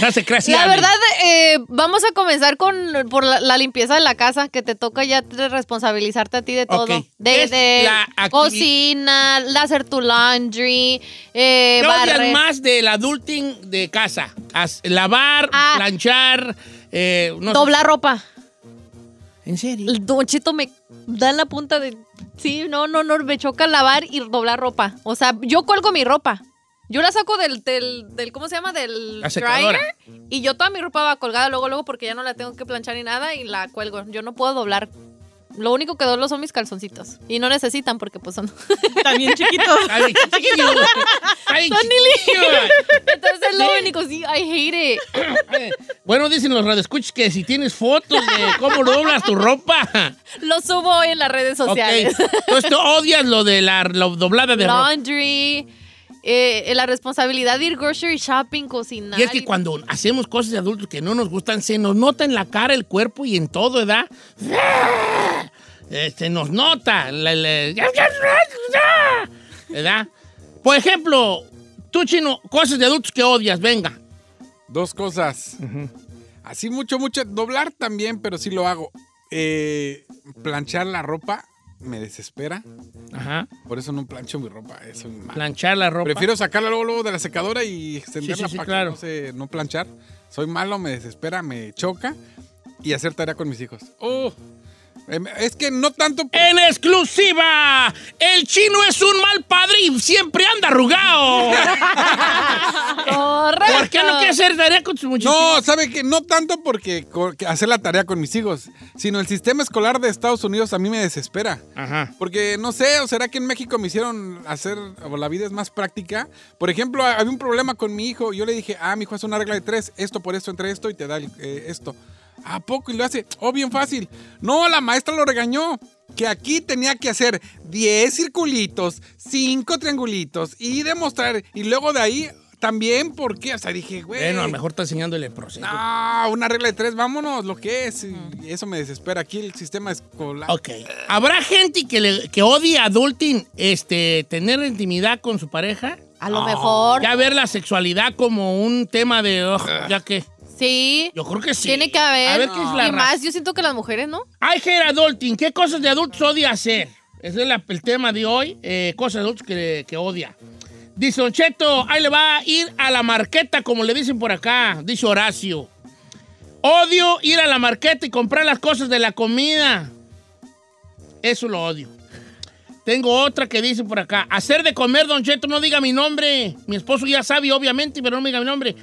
Speaker 1: No se crea, sí
Speaker 2: la
Speaker 1: hablen.
Speaker 2: verdad, eh, vamos a comenzar con por la, la limpieza de la casa, que te toca ya te- responsabilizarte a ti de todo.
Speaker 1: Ok.
Speaker 2: De,
Speaker 1: Es
Speaker 2: de
Speaker 1: la activi-
Speaker 2: cocina, la hacer tu laundry, eh,
Speaker 1: ¿Qué odias
Speaker 2: barrer.
Speaker 1: más del adulting de casa? As- lavar,
Speaker 2: Ah.
Speaker 1: planchar, eh, no sé.
Speaker 2: doblar ropa.
Speaker 1: ¿En serio?
Speaker 2: El Don Cheto me da en la punta de... Sí, no, no, no, me choca lavar y doblar ropa. O sea, yo cuelgo mi ropa. Yo la saco del, del, del- ¿cómo se llama? Del
Speaker 1: La secadora.
Speaker 2: dryer y yo toda mi ropa va colgada luego, luego porque ya no la tengo que planchar ni nada y la cuelgo. Yo no puedo doblar. Lo único que doblo son mis calzoncitos. Y no necesitan porque pues son...
Speaker 5: También chiquito.
Speaker 1: Está bien chiquillo. Está bien chiquillo.
Speaker 2: Entonces es lo único, sí, I hate it.
Speaker 1: Eh, Bueno, dicen los radioescuchas que si tienes fotos de cómo doblas tu ropa.
Speaker 2: Lo subo en las redes
Speaker 1: Ok.
Speaker 2: sociales.
Speaker 1: Entonces tú odias lo de la, la doblada de ropa.
Speaker 2: Laundry, eh, la responsabilidad de ir grocery shopping, cocinar.
Speaker 1: Y es que
Speaker 2: y-
Speaker 1: cuando hacemos cosas de adultos que no nos gustan, se nos nota en la cara, el cuerpo y en todo, ¿verdad? Eh, se nos nota. la- la- ¿Verdad? Por ejemplo, tú, Chino, cosas de adultos que odias, venga.
Speaker 4: Dos cosas. Así mucho, mucho. Doblar también, pero sí lo hago. Eh, planchar la ropa me desespera.
Speaker 1: Ajá.
Speaker 4: Por eso no plancho mi ropa. Eso es malo.
Speaker 1: Planchar la ropa.
Speaker 4: Prefiero sacarla luego, luego de la secadora y extenderla
Speaker 1: Sí, sí, sí,
Speaker 4: para
Speaker 1: claro.
Speaker 4: que no, se- no planchar. Soy malo, me desespera, me choca. Y hacer tarea con mis hijos. Oh, em, es que no tanto... por-
Speaker 1: En exclusiva, el chino es un mal padre y siempre anda arrugado.
Speaker 2: Correcto.
Speaker 1: ¿Por qué no quiere hacer tarea con sus muchachos?
Speaker 4: No, ¿sabe que No tanto porque co- que hacer la tarea con mis hijos, sino el sistema escolar de Estados Unidos a mí me desespera.
Speaker 1: Ajá.
Speaker 4: Porque no sé, o será que en México me hicieron hacer, o la vida es más práctica. Por ejemplo, ha- había un problema con mi hijo. Yo le dije, ah, mi hijo hace una regla de tres, esto por esto, entre esto y te da el- eh, esto. ¿A poco? Y lo hace, oh, bien fácil. No, la maestra lo regañó. Que aquí tenía que hacer 10 circulitos, 5 triangulitos y demostrar. Y luego de ahí también, ¿por qué? O sea, dije, güey.
Speaker 1: Bueno, a lo mejor está enseñándole el proceso.
Speaker 4: No, una regla de tres, vámonos, lo que es. Y eso me desespera. Aquí el sistema escolar.
Speaker 1: Ok. ¿Habrá gente que, le, que odie a adulting este, tener intimidad con su pareja?
Speaker 2: A lo mejor.
Speaker 1: Ya ver la sexualidad como un tema de... "Ugh, ya que...
Speaker 2: Sí.
Speaker 1: Yo creo que sí.
Speaker 2: Tiene que haber.
Speaker 1: A ver qué es la
Speaker 2: y más, yo siento que las mujeres, ¿no?
Speaker 1: Hay adulting. ¿Qué cosas de adultos odia hacer? Ese es la- el tema de hoy. eh, cosas de adultos que, que odia. Dice Don Cheto, ahí le va a ir a la marqueta, como le dicen por acá. Dice Horacio. Odio ir a la marqueta y comprar las cosas de la comida. Eso lo odio. Tengo otra que dice por acá. Hacer de comer, don Cheto, no diga mi nombre. Mi esposo ya sabe, obviamente, pero no me diga mi nombre.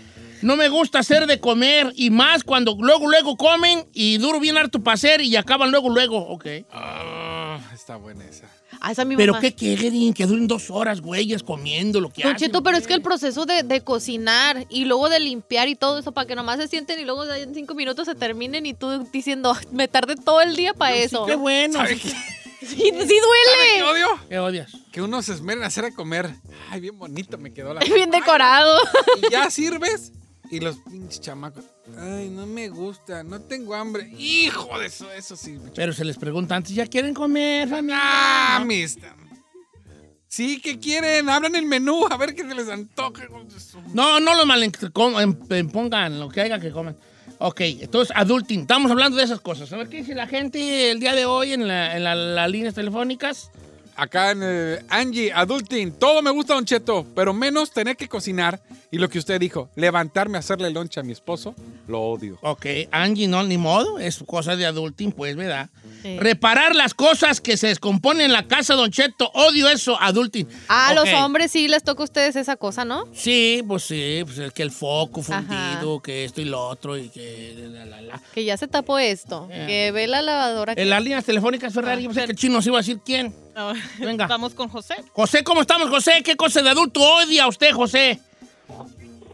Speaker 1: No me gusta hacer de comer y más cuando luego, luego comen y duro bien harto para hacer y acaban luego, luego. Ok.
Speaker 4: Ah, está buena esa.
Speaker 2: Ah, esa es mi
Speaker 1: Pero
Speaker 2: mamá.
Speaker 1: qué quieren, que duren dos horas, güeyes, comiendo lo que
Speaker 2: Don
Speaker 1: hacen,
Speaker 2: Cheto, pero es que
Speaker 1: güey.
Speaker 2: el proceso de, de cocinar y luego de limpiar y todo eso para que nomás se sienten y luego de ahí en cinco minutos se terminen y tú diciendo, me tardé todo el día para eso.
Speaker 1: Qué bueno.
Speaker 4: ¿Sabe qué,
Speaker 2: Sí, sí
Speaker 4: sabe qué
Speaker 2: duele.
Speaker 4: odio?
Speaker 1: ¿Qué odias?
Speaker 4: Que uno se esmeren a hacer a comer. Ay, bien bonito me quedó la.
Speaker 2: Bien decorado.
Speaker 4: Y ya sirves y los pinches chamacos. Ay, no me gusta, no tengo hambre. Hijo de eso, eso sí. me ch-
Speaker 1: Pero se les pregunta antes, ¿ya quieren comer, familia?
Speaker 4: Ah,
Speaker 1: No.
Speaker 4: mis tam- Sí, ¿qué quieren? Abran el menú, a ver qué se les antoja. hijo de su-
Speaker 1: No, no lo malenpongan, lo que hagan que coman. Ok, entonces, adulting, estamos hablando de esas cosas. A ver, ¿qué dice la gente el día de hoy en, la- en la- las líneas telefónicas?
Speaker 4: Acá en el Angie, adulting, todo me gusta, Don Cheto, pero menos tener que cocinar. Y lo que usted dijo, levantarme a hacerle loncha a mi esposo, lo odio.
Speaker 1: Ok, Angie, no, ni modo, es cosa de adulting, pues, ¿verdad?
Speaker 2: Sí.
Speaker 1: Reparar las cosas que se descomponen en la casa, Don Cheto, odio eso, adulting.
Speaker 2: Ah,
Speaker 1: Ok.
Speaker 2: los hombres sí les toca a ustedes esa cosa, ¿no?
Speaker 1: Sí, pues sí, pues es que el foco fundido,
Speaker 2: Ajá.
Speaker 1: que esto y lo otro, y que... la, la, la.
Speaker 2: Que ya se tapó esto.
Speaker 1: Eh.
Speaker 2: Que ve la lavadora.
Speaker 1: En las líneas telefónicas, Ferrari,
Speaker 2: Ah.
Speaker 1: yo pensé que el chino se iba a decir quién.
Speaker 5: Ah,
Speaker 1: Venga.
Speaker 5: Vamos con José.
Speaker 1: José, ¿cómo estamos, José? ¿Qué cosa de adulto odia usted, José?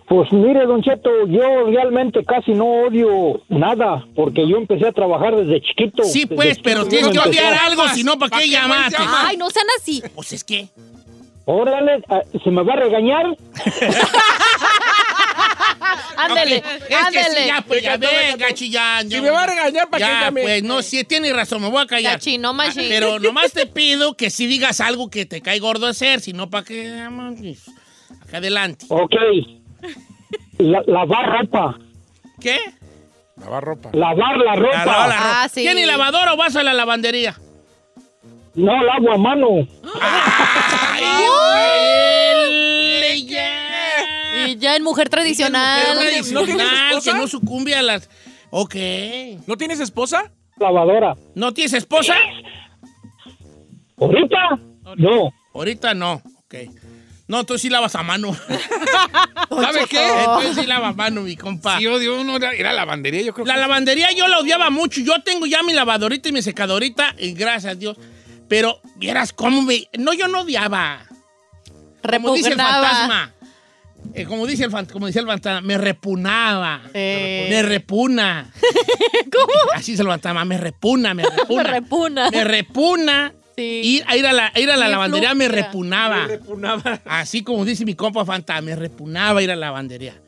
Speaker 8: Pues mire, don Cheto, yo realmente casi no odio nada, porque yo empecé a trabajar desde chiquito.
Speaker 1: Sí,
Speaker 8: Desde
Speaker 1: pues,
Speaker 8: chiquito
Speaker 1: pero
Speaker 8: yo
Speaker 1: tienes que
Speaker 8: empecé-
Speaker 1: odiar algo, si no, ¿para
Speaker 4: ¿Para
Speaker 1: qué
Speaker 4: qué
Speaker 1: llamaste?
Speaker 4: llamas?
Speaker 2: Ay, no sean así.
Speaker 1: Pues es que.
Speaker 8: Órale, ah, ¿se me va a regañar?
Speaker 2: Ándele,
Speaker 1: Ok, es que sí,
Speaker 2: ándele.
Speaker 1: ya, pues, ya
Speaker 3: Venga, toma,
Speaker 1: venga, chillando.
Speaker 3: Si me va a regañar, ¿para qué
Speaker 1: Ya,
Speaker 3: llame?
Speaker 1: pues, no, sí, tienes razón, me voy a callar.
Speaker 2: La chino machine.
Speaker 1: Ah, Pero nomás te pido que si digas algo que te cae gordo hacer, si no, ¿para qué llamas? Acá adelante.
Speaker 8: Ok. La- lavar ropa,
Speaker 1: ¿Qué?
Speaker 4: Lavar ropa.
Speaker 8: lavar la ropa.
Speaker 1: La- la- la ropa.
Speaker 2: Ah, sí.
Speaker 1: ¿Tienes lavadora o vas a la lavandería?
Speaker 8: No, lavo a mano.
Speaker 1: ¡Ay, yeah.
Speaker 2: Y ya en mujer tradicional.
Speaker 3: mujer tradicional. ¿No tienes
Speaker 1: Tradicional, que
Speaker 3: esposa?
Speaker 1: no sucumbe a las... Ok.
Speaker 3: ¿No tienes esposa?
Speaker 8: Lavadora.
Speaker 1: ¿No tienes esposa?
Speaker 8: ¿Ahorita? No.
Speaker 1: Ahorita no. Ok. No, tú sí lavas a mano.
Speaker 4: ¿Sabe qué?
Speaker 1: Entonces sí lavas a mano, mi compa.
Speaker 4: Si odio uno, era, era lavandería, yo creo
Speaker 1: La
Speaker 4: que
Speaker 1: lavandería yo la odiaba mucho. Yo tengo ya mi lavadorita y mi secadorita, y gracias a Dios. Pero vieras cómo me... No, yo no odiaba. Como dice el
Speaker 2: Repugnaba.
Speaker 1: fantasma. Eh, como, dice el fan- como dice el fantasma, me repunaba.
Speaker 2: Eh.
Speaker 1: Me repuna. ¿Cómo? Así se lo fantasma, me repuna, me repuna.
Speaker 2: Me repuna.
Speaker 1: Me repuna.
Speaker 2: Sí.
Speaker 1: Ir, a ir a la, ir a la
Speaker 2: Me
Speaker 1: lavandería me
Speaker 2: fluctúa.
Speaker 1: repunaba. Así como dice mi compa fantasma, me repunaba ir a la lavandería.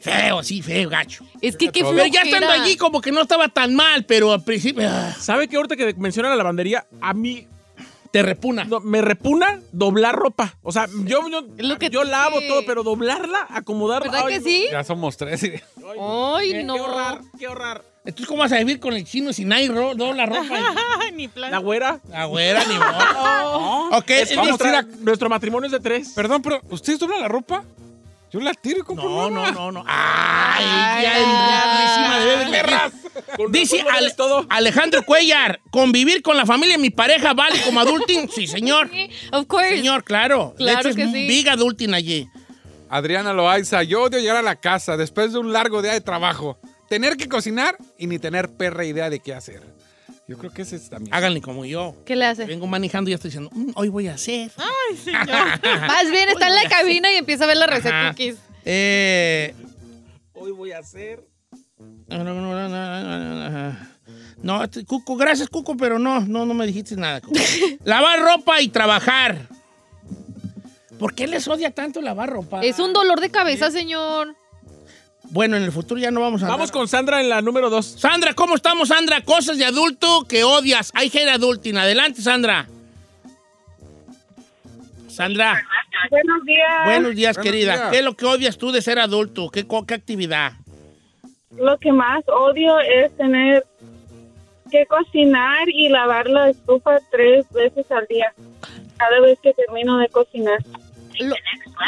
Speaker 1: Feo, sí, feo, gacho.
Speaker 2: Es que qué
Speaker 1: Pero ya
Speaker 2: flojera.
Speaker 1: estando allí como que no estaba tan mal, pero al principio ah,
Speaker 3: ¿Sabe que ahorita que menciona la lavandería, a mí
Speaker 1: te repuna.
Speaker 3: no, me repugna doblar ropa? O sea, yo, yo,
Speaker 2: Es lo que
Speaker 3: yo
Speaker 2: te-
Speaker 3: lavo todo, pero doblarla, acomodarla.
Speaker 2: ¿Verdad
Speaker 3: ay,
Speaker 2: que
Speaker 3: no.
Speaker 2: sí?
Speaker 4: Ya somos tres. y-
Speaker 2: Ay,
Speaker 3: Qué
Speaker 2: no.
Speaker 3: horror, qué horror.
Speaker 1: Entonces, ¿cómo vas a vivir con el chino sin nadie ro- dobla ropa?
Speaker 5: Ay, ni plan.
Speaker 3: La güera.
Speaker 1: La güera, ni modo. Ok, es
Speaker 3: Vamos a
Speaker 1: nuestra-
Speaker 3: ir a- nuestro matrimonio es de tres.
Speaker 4: Perdón, pero ¿ustedes doblan la ropa? Yo la tiro y compro
Speaker 1: No, no,
Speaker 4: nueva.
Speaker 1: no, no. Ay, ya enredadísima de Beverly Hills. Dice
Speaker 3: razón lo
Speaker 1: Ale-
Speaker 3: ves todo.
Speaker 1: Alejandro Cuellar, convivir con la familia de mi pareja vale como adulting. Sí, señor.
Speaker 2: Sí, Of course.
Speaker 1: Señor, claro.
Speaker 2: Pues. Claro
Speaker 1: de hecho,
Speaker 2: que
Speaker 1: es un
Speaker 2: sí.
Speaker 1: big adulting allí.
Speaker 4: Adriana Loaiza, yo odio llegar a la casa después de un largo día de trabajo. Tener que cocinar y ni tener perra idea de qué hacer. Yo creo que ese es también.
Speaker 1: Háganle como yo.
Speaker 2: ¿Qué le hace?
Speaker 1: Vengo manejando y ya estoy diciendo, "Mm, hoy voy a hacer.
Speaker 2: Ah. Más bien está en la cabina y empieza a ver la receta
Speaker 1: Ajá.
Speaker 2: cookies.
Speaker 1: Eh,
Speaker 3: Hoy voy a hacer.
Speaker 1: No, te- Cuco, gracias Cuco, pero no, no, no me dijiste nada. Cuco. Lavar ropa y trabajar. ¿Por qué les odia tanto lavar ropa?
Speaker 2: Es un dolor de cabeza, señor.
Speaker 1: Bueno, en el futuro ya no vamos a.
Speaker 3: Vamos
Speaker 1: andar-
Speaker 3: con Sandra en la número dos.
Speaker 1: Sandra, ¿cómo estamos, Sandra? Cosas de adulto que odias. Hay gente adulting. Adelante, Sandra. Sandra,
Speaker 7: Buenos días.
Speaker 1: buenos días,
Speaker 4: Buenos
Speaker 1: querida.
Speaker 4: días.
Speaker 1: ¿Qué es lo que odias tú de ser adulto? ¿Qué, co- qué actividad?
Speaker 2: Eh.
Speaker 7: Lo que más odio es tener que cocinar y lavar la estufa tres veces al día. Cada vez que termino de cocinar.
Speaker 2: Lo-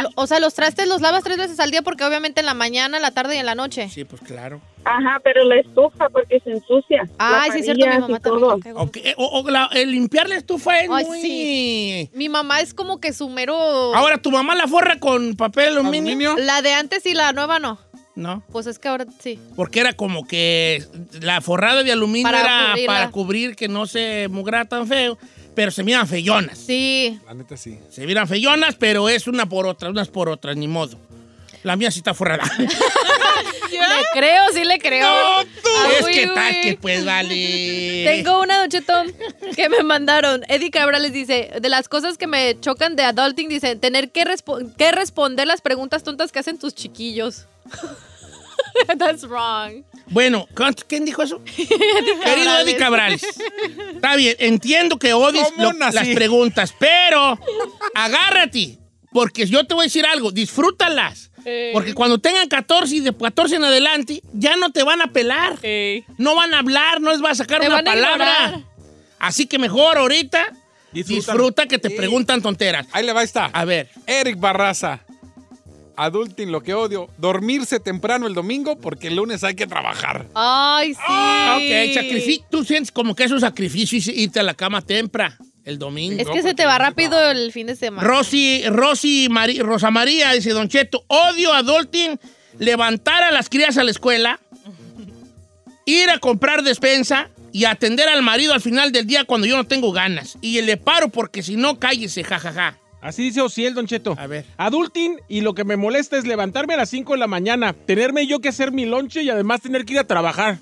Speaker 2: Lo- O sea, los trastes los lavas tres veces al día porque obviamente en la mañana, en la tarde y en la noche.
Speaker 1: Sí, pues claro.
Speaker 7: Ajá, pero la estufa porque se ensucia.
Speaker 2: Ay,
Speaker 7: Las
Speaker 2: sí, es cierto, mi
Speaker 7: varillas y
Speaker 2: mamá
Speaker 7: todo.
Speaker 2: también. Qué
Speaker 1: Ok, eh, o- o la- el limpiar la estufa es
Speaker 2: Ay,
Speaker 1: muy...
Speaker 2: Mi mamá es como que su mero...
Speaker 1: Ahora, ¿tu mamá la forra con papel aluminio?
Speaker 4: ¿Aluminio?
Speaker 2: La de antes y la nueva no.
Speaker 1: No,
Speaker 2: Pues es que ahora sí.
Speaker 1: porque era como que la forrada de aluminio
Speaker 2: Para
Speaker 1: era
Speaker 2: cubrirla.
Speaker 1: para cubrir que no se mugrara tan feo, pero se miran feyonas.
Speaker 2: Sí.
Speaker 4: La neta sí.
Speaker 1: Se miran feyonas, pero es una por otra, unas por otras, ni modo. La mía sí está forrada.
Speaker 2: Le creo, sí le creo. Ay,
Speaker 1: es que
Speaker 2: güey.
Speaker 1: tal que pues vale.
Speaker 2: Tengo una, Don Cheto, que me mandaron. Eddie Cabral les dice, de las cosas que me chocan de adulting, dice, tener que, respo- que responder las preguntas tontas que hacen tus chiquillos. That's wrong.
Speaker 1: Bueno, ¿cuánto- ¿quién dijo eso? Querido Eddie Cabrales. Está bien, entiendo que odies
Speaker 4: ¿Cómo
Speaker 1: lo-
Speaker 4: nací?
Speaker 1: las preguntas, pero agárrate, porque yo te voy a decir algo, disfrútalas. Porque cuando tengan 14 y de 14 en adelante, ya no te van a pelar. No van a hablar, no les va a sacar
Speaker 2: Te
Speaker 1: una
Speaker 2: van a
Speaker 1: palabra.
Speaker 2: ignorar.
Speaker 1: Así que mejor ahorita
Speaker 4: Disfruta.
Speaker 1: disfruta que te
Speaker 4: Sí.
Speaker 1: preguntan tonteras.
Speaker 4: Ahí le va esta.
Speaker 1: A ver,
Speaker 4: Eric Barraza. Adulting, lo que odio. Dormirse temprano el domingo porque el lunes hay que trabajar.
Speaker 2: Ay, sí.
Speaker 1: ah, ok, sacrifi- tú sientes como que es un sacrificio irte a la cama temprano el domingo.
Speaker 2: Es que se te va rápido el fin de semana.
Speaker 1: Rosy, Rosy Mari- Rosa María dice, Don Cheto, odio adulting, levantar a las crías a la escuela, ir a comprar despensa y atender al marido al final del día cuando yo no tengo ganas. Y le paro porque si no, cállese, jajaja.
Speaker 3: Así dice Ociel, Don Cheto.
Speaker 1: A ver.
Speaker 3: Adulting, y lo que me molesta es levantarme a las 5 de la mañana, tenerme yo que hacer mi lonche y además tener que ir a trabajar.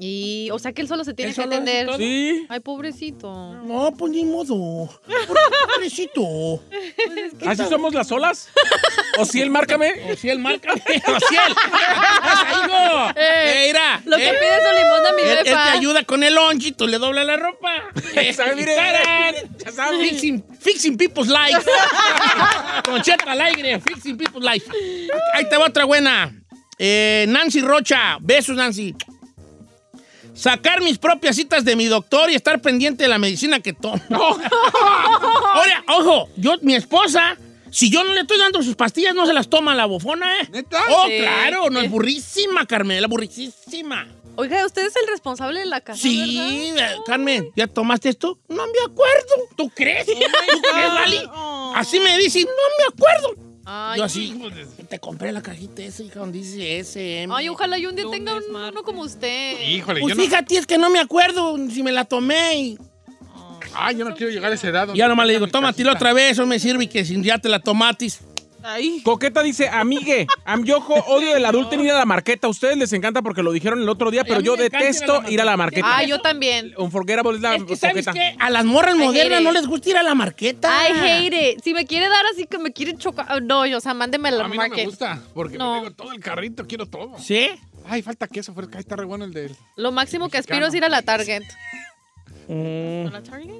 Speaker 2: Y, o sea, que él solo se tiene
Speaker 1: Él
Speaker 2: que
Speaker 1: solo hace
Speaker 2: atender.
Speaker 1: todo.
Speaker 3: Sí.
Speaker 2: Ay, pobrecito.
Speaker 1: No, pues ni modo. Pobrecito. O
Speaker 3: ¿Así somos las olas? Ociel, márcame.
Speaker 1: si él marca. O si él. Aquí estás, hijo.
Speaker 2: Eh,
Speaker 1: Eh, mira.
Speaker 2: Lo que
Speaker 1: eh,
Speaker 2: pide su limón a mi
Speaker 1: él, él te
Speaker 2: befa.
Speaker 1: ayuda con el lonche, tú le dobla la ropa. Eh,
Speaker 3: ¿Sabe? Mire,
Speaker 1: tarán.
Speaker 3: ya sabe.
Speaker 1: Fixing, fixing people's lives. Don Cheto al aire, fixing people's lives. Ahí te va otra buena. Eh, Nancy Rocha, besos Nancy. Sacar mis propias citas de mi doctor y estar pendiente de la medicina que tomo. Ahora, ojo, yo, mi esposa, si yo no le estoy dando sus pastillas, no se las toma la bofona, ¿eh?
Speaker 4: ¿Neta?
Speaker 1: Oh,
Speaker 2: Sí.
Speaker 1: claro, no es burrísima, Carmela, burrísima.
Speaker 2: Oiga, usted es el responsable de la casa.
Speaker 1: Sí,
Speaker 2: ¿verdad?
Speaker 1: eh, Carmen, ¿ya tomaste esto? No me acuerdo. ¿Tú crees?
Speaker 2: Oh
Speaker 1: ¿Tú crees, Lali? Así me dicen, no me acuerdo.
Speaker 2: Ay,
Speaker 1: Yo así, pues, te compré la cajita esa, hija, donde dice SM.
Speaker 2: Ay, ojalá yo un día
Speaker 5: Lunes,
Speaker 2: tenga un- uno
Speaker 5: martes.
Speaker 2: como usted.
Speaker 4: Híjole,
Speaker 1: Pues
Speaker 4: yo, no,
Speaker 1: fíjate, es que no me acuerdo si me la tomé. y-
Speaker 4: ah, yo no quiero llegar a esa edad. donde
Speaker 1: ya nomás le digo,
Speaker 4: tenga mi
Speaker 1: tómatela
Speaker 4: casita.
Speaker 1: otra vez, eso me sirve y que si ya te la tomatis.
Speaker 5: Ay.
Speaker 3: Coqueta dice, amigue, am yo jo- odio el adulting ir a la marqueta. A ustedes les encanta porque lo dijeron el otro día,
Speaker 1: a
Speaker 3: pero
Speaker 1: mí
Speaker 3: yo
Speaker 1: me encanta
Speaker 3: detesto ir a la marqueta.
Speaker 2: Ay, Ah, yo también.
Speaker 3: Unforgettable es la
Speaker 1: Es que, ¿sabes
Speaker 3: coqueta.
Speaker 1: qué? A las morras
Speaker 2: I hate
Speaker 1: modernas
Speaker 2: it.
Speaker 1: no les gusta ir a la marqueta.
Speaker 2: Ay, hate it. Si me quiere dar así que me quiere chocar. oh, No, yo, o sea, mándeme la
Speaker 4: A mí no me
Speaker 2: market.
Speaker 4: gusta porque
Speaker 2: No.
Speaker 4: me tengo todo el carrito, quiero todo.
Speaker 1: ¿Sí?
Speaker 4: Ay, falta queso, pero ahí está re bueno el de él.
Speaker 2: Lo máximo que aspiro es ir a la Target.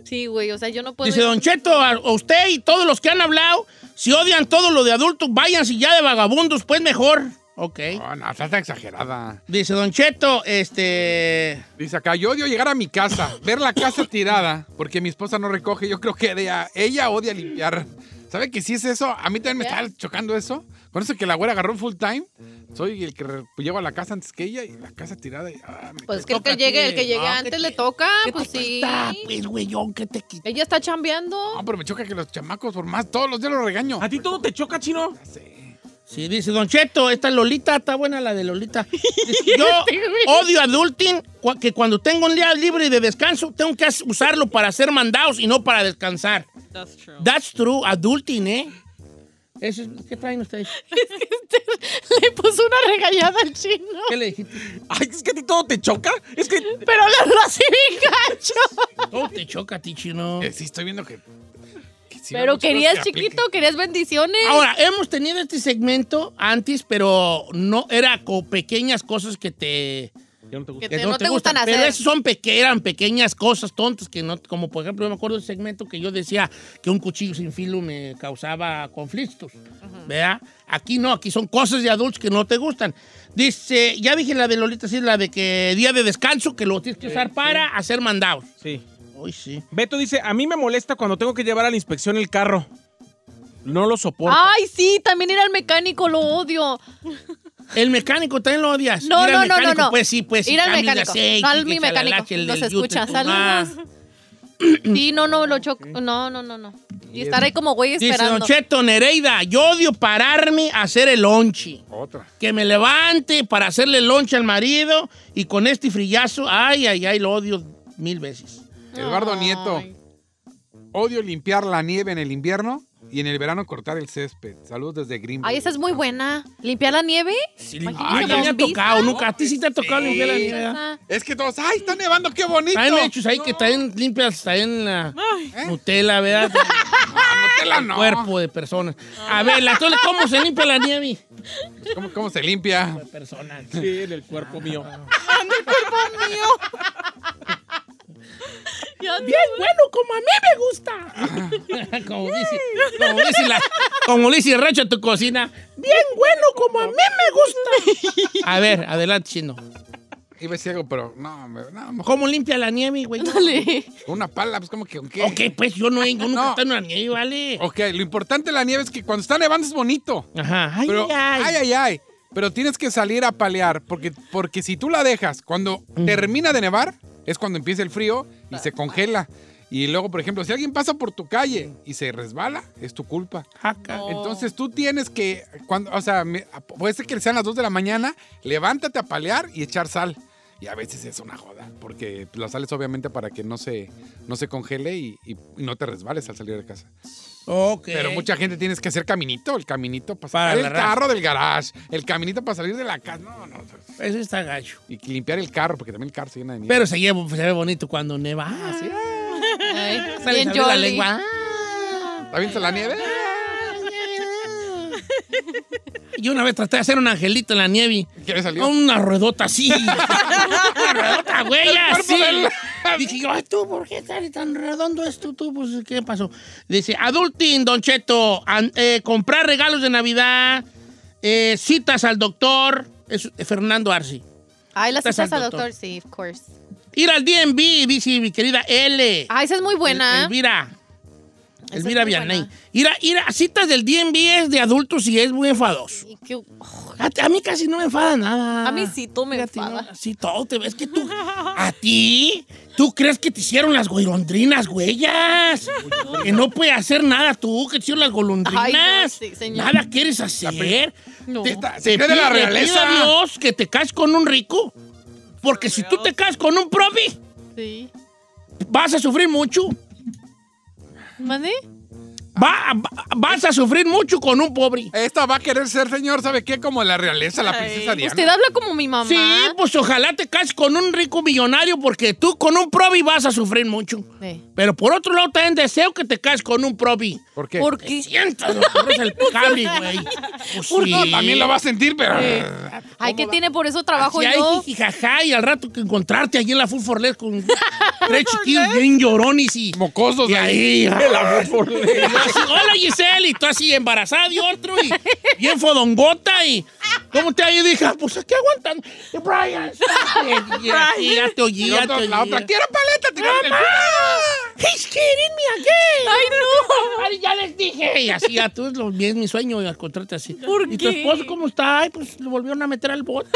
Speaker 2: Sí, güey, o sea, yo no puedo.
Speaker 1: Mm. Dice
Speaker 2: ir-
Speaker 1: Don Cheto, a a usted y todos los que han hablado, si odian todo lo de adultos, váyanse ya de vagabundos, pues mejor. Ok.
Speaker 4: No, no, está tan exagerada.
Speaker 1: Dice Don Cheto, este.
Speaker 4: Dice acá, yo odio llegar a mi casa, ver la casa tirada, porque mi esposa no recoge. Yo creo que ella, ella odia limpiar. ¿Sabe que si es eso? A mí también me está chocando eso. Con eso que la güera agarró full time, soy el que re- llevo a la casa antes que ella y la casa tirada. y, ah, me-
Speaker 2: Pues
Speaker 1: Te
Speaker 2: que el
Speaker 1: toca a ti.
Speaker 2: que llegue, el que llegue
Speaker 1: No,
Speaker 2: antes
Speaker 1: ¿qué
Speaker 2: le
Speaker 1: te-
Speaker 2: toca,
Speaker 1: ¿qué
Speaker 2: pues
Speaker 1: te
Speaker 2: sí.
Speaker 1: cuesta, pues, güeyón, ¿qué te quita?
Speaker 2: Ella está chambeando.
Speaker 4: No, pero me choca que los chamacos, por más, todos los días los regaño.
Speaker 3: ¿A ti todo te choca, chino?
Speaker 1: Sí, dice Don Cheto, esta Lolita, está buena la de Lolita. Dice, Yo odio adulting, cua- que cuando tengo un día libre de descanso, tengo que as- usarlo para hacer mandados y no para descansar.
Speaker 5: That's true.
Speaker 1: That's true, adulting, ¿eh? Eso es- ¿Qué traen ustedes?
Speaker 2: le puso una regañada al chino.
Speaker 1: ¿Qué le dijiste?
Speaker 3: Ay, es que a ti todo te choca. Es que
Speaker 2: Pero le habló así bien gacho.
Speaker 1: Todo te choca a ti, chino.
Speaker 4: Eh, sí, estoy viendo que... que sí,
Speaker 2: Pero
Speaker 4: muchos los
Speaker 2: querías
Speaker 4: que apliquen.
Speaker 2: chiquito, querías bendiciones.
Speaker 1: Ahora, hemos tenido este segmento antes, pero no era con pequeñas cosas que te,
Speaker 3: Yo no te gusta.
Speaker 2: Que te- no te gustan
Speaker 1: Pero
Speaker 2: hacer.
Speaker 1: esas son peque- eran pequeñas cosas tontas que no, como por ejemplo, yo me acuerdo del segmento que yo decía que un cuchillo sin filo me causaba conflictos. ¿Verdad? Aquí no, aquí son cosas de adultos que no te gustan. Dice, ya dije la de Lolita, sí, la de que día de descanso, que lo tienes que usar para hacer mandados.
Speaker 3: Sí.
Speaker 1: Uy, sí.
Speaker 3: Beto dice, a mí me molesta cuando tengo que llevar a la inspección el carro. No lo soporto.
Speaker 2: Ay, sí, también ir al mecánico, lo odio.
Speaker 1: El mecánico también lo odias.
Speaker 2: No,
Speaker 1: Ir
Speaker 2: no,
Speaker 1: al
Speaker 2: no, no,
Speaker 1: mecánico,
Speaker 2: no.
Speaker 1: Pues sí, pues sí.
Speaker 2: Ir al
Speaker 1: cambios de
Speaker 2: mecánico.
Speaker 1: aceite,
Speaker 2: No al
Speaker 1: que
Speaker 2: mi
Speaker 1: se
Speaker 2: mecánico.
Speaker 1: alache el
Speaker 2: Los
Speaker 1: del yute,
Speaker 2: escucha.
Speaker 1: tu mamá.
Speaker 2: Saludos.
Speaker 1: Mm.
Speaker 2: Sí, no, no, lo choco. No, no, no, no. Y estar ahí como güey
Speaker 1: Dice Don
Speaker 2: esperando.
Speaker 1: Cheto Nereida, yo odio pararme a hacer el lonche.
Speaker 4: Otra.
Speaker 1: Que me levante para hacerle lonche al marido y con este frillazo, ay, ay, ay, lo odio mil veces.
Speaker 4: Eduardo Nieto.
Speaker 2: Ay.
Speaker 4: Odio limpiar la nieve en el invierno y en el verano cortar el césped. Saludos desde Green
Speaker 2: Ay, esa es muy buena. ¿Limpiar la nieve?
Speaker 1: Ay, ya me ha tocado, nunca. A ti sí te ha tocado limpiar la nieve. ¿verdad?
Speaker 2: Ah,
Speaker 4: Es que todos, ¡ay, está nevando, qué bonito!
Speaker 1: Hay mechos ahí que están limpias, está en la ¿Eh? Nutella, ¿verdad?
Speaker 4: Nutella
Speaker 1: El
Speaker 4: no.
Speaker 1: cuerpo de personas. A ver, la- entonces, ¿cómo se limpia la nieve?
Speaker 4: ¿Cómo, cómo se limpia?
Speaker 1: Personas.
Speaker 3: Sí, en el cuerpo mío.
Speaker 2: ya-
Speaker 1: Bien bueno, como a mí me gusta. como dice, como dice la, como dice el rancho de tu cocina. Bien bueno, como a mí me gusta. A ver, adelante, chino.
Speaker 4: Iba a decir algo, pero no, hombre, no, mejor
Speaker 1: ¿Cómo limpia la nieve, güey?
Speaker 2: Dale.
Speaker 4: una pala, pues como que, ¿con qué?
Speaker 1: Ok, pues yo no he yo nunca
Speaker 4: No.
Speaker 1: he estado en la nieve, ¿vale?
Speaker 4: Ok, lo importante de la nieve es que cuando está nevando es bonito.
Speaker 1: Ajá. Ay,
Speaker 4: Pero,
Speaker 1: ay, ay.
Speaker 4: ay, ay. Pero tienes que salir a palear, porque, porque si tú la dejas, cuando
Speaker 1: Mm.
Speaker 4: termina de nevar, es cuando empieza el frío y se congela. Y luego, por ejemplo, si alguien pasa por tu calle y se resbala, es tu culpa.
Speaker 1: Jaca.
Speaker 4: Entonces tú tienes que, cuando, o sea, me- puede ser que sean las 2 de la mañana, levántate a palear y echar sal. Y a veces es una joda, porque la sal es obviamente para que no se, no se congele y, y no te resbales al salir de casa.
Speaker 1: Ok.
Speaker 4: Pero mucha gente tienes que hacer caminito, el caminito para,
Speaker 1: Para
Speaker 4: sacar
Speaker 1: la
Speaker 4: el
Speaker 1: raza.
Speaker 4: carro del garage, el caminito para salir de la casa. No, no, no.
Speaker 1: Eso está gacho.
Speaker 4: Y limpiar el carro, porque también el carro se llena de nieve.
Speaker 1: Pero se, lleva, se ve bonito cuando neva. sí.
Speaker 2: Ay,
Speaker 1: Sale
Speaker 2: Bien
Speaker 1: sale la
Speaker 2: jolly.
Speaker 1: lengua.
Speaker 4: ¿Está bien la nieve?
Speaker 1: Yo una vez traté de hacer un angelito en la nieve.
Speaker 4: ¿Quieres salir?
Speaker 1: Con Una ruedota así. una ruedota, güey, así.
Speaker 4: del-
Speaker 1: Dije yo, ay, tú, ¿por qué sale tan redondo esto? Tú, pues, ¿qué pasó? Dice, adulting, Don Cheto, an- eh, comprar regalos de Navidad, eh, citas al doctor, es eh, Fernando Arce.
Speaker 2: Ay, las
Speaker 1: Estás
Speaker 2: citas
Speaker 1: al
Speaker 2: al
Speaker 1: doctor.
Speaker 2: doctor, sí, of course.
Speaker 1: Ir al DMV, dice mi querida L.
Speaker 2: Ay, esa es muy
Speaker 1: El-
Speaker 2: Ah, buena.
Speaker 1: Elvira.
Speaker 2: Esa es
Speaker 1: Elvira
Speaker 2: muy
Speaker 1: Vianey.
Speaker 2: buena.
Speaker 1: Ir a, ir a citas del DMV es de adultos y es muy enfadoso.
Speaker 2: Y que- oh,
Speaker 1: A, a mí casi no me enfada nada.
Speaker 2: A mí sí, tú me
Speaker 1: Fíjate,
Speaker 2: enfada.
Speaker 1: no, sí, todo te ves que tú. A ti, tú crees que te hicieron las golondrinas, güeyas. que no puedes hacer nada tú, que te hicieron las golondrinas.
Speaker 2: Ay, no, sí, señor.
Speaker 1: Nada quieres hacer.
Speaker 2: No.
Speaker 1: Te,
Speaker 4: Se
Speaker 1: te
Speaker 4: cree de la
Speaker 1: pide- le pido
Speaker 4: realeza.
Speaker 1: a Dios que te cases con un rico. Porque si tú te casas con un profi,
Speaker 2: Sí.
Speaker 1: vas a sufrir mucho.
Speaker 2: ¿Mande?
Speaker 1: Va- va- vas a sufrir mucho con un pobre.
Speaker 4: Esta va a querer ser, señor, ¿sabe qué? Como la realeza, la princesa Diana.
Speaker 2: Usted habla como mi mamá.
Speaker 1: Sí, pues ojalá te cases con un rico millonario porque tú con un probi vas a sufrir mucho.
Speaker 2: Sí.
Speaker 1: Pero por otro lado también deseo que te cases con un probi.
Speaker 4: ¿Por qué?
Speaker 2: ¿Por
Speaker 1: Porque
Speaker 2: qué?
Speaker 1: sientas los corres el cable, güey. Pues sí.
Speaker 4: No, también la va a sentir, pero... ah,
Speaker 2: Ay, ¿qué tiene por eso trabajo
Speaker 1: Así hay
Speaker 2: yo?
Speaker 1: jijijaja, y al rato que encontrarte allí en la Full Forlet con tres chiquillos bien llorones y...
Speaker 4: Mocosos
Speaker 1: Y ahí...
Speaker 3: La Forley.
Speaker 1: Y yo así, Hola Giselle, y tú así embarazada y otro, y bien fodongota, y ¿cómo te ha ido? Y dije, "Ah, pues aquí aguantan. Y Brian, y, y así, ya te oí,
Speaker 4: Y
Speaker 1: ya te
Speaker 4: otro-
Speaker 1: oí.
Speaker 4: la otra, quiero paleta, tirando el
Speaker 1: He's kidding me again. Ay, no. ya les dije. Y así, ya tú es lo bien mi sueño, y al contrario así.
Speaker 2: ¿Por
Speaker 1: ¿Y tu
Speaker 2: qué?
Speaker 1: esposo cómo está? Ay, pues lo volvieron a meter al bote.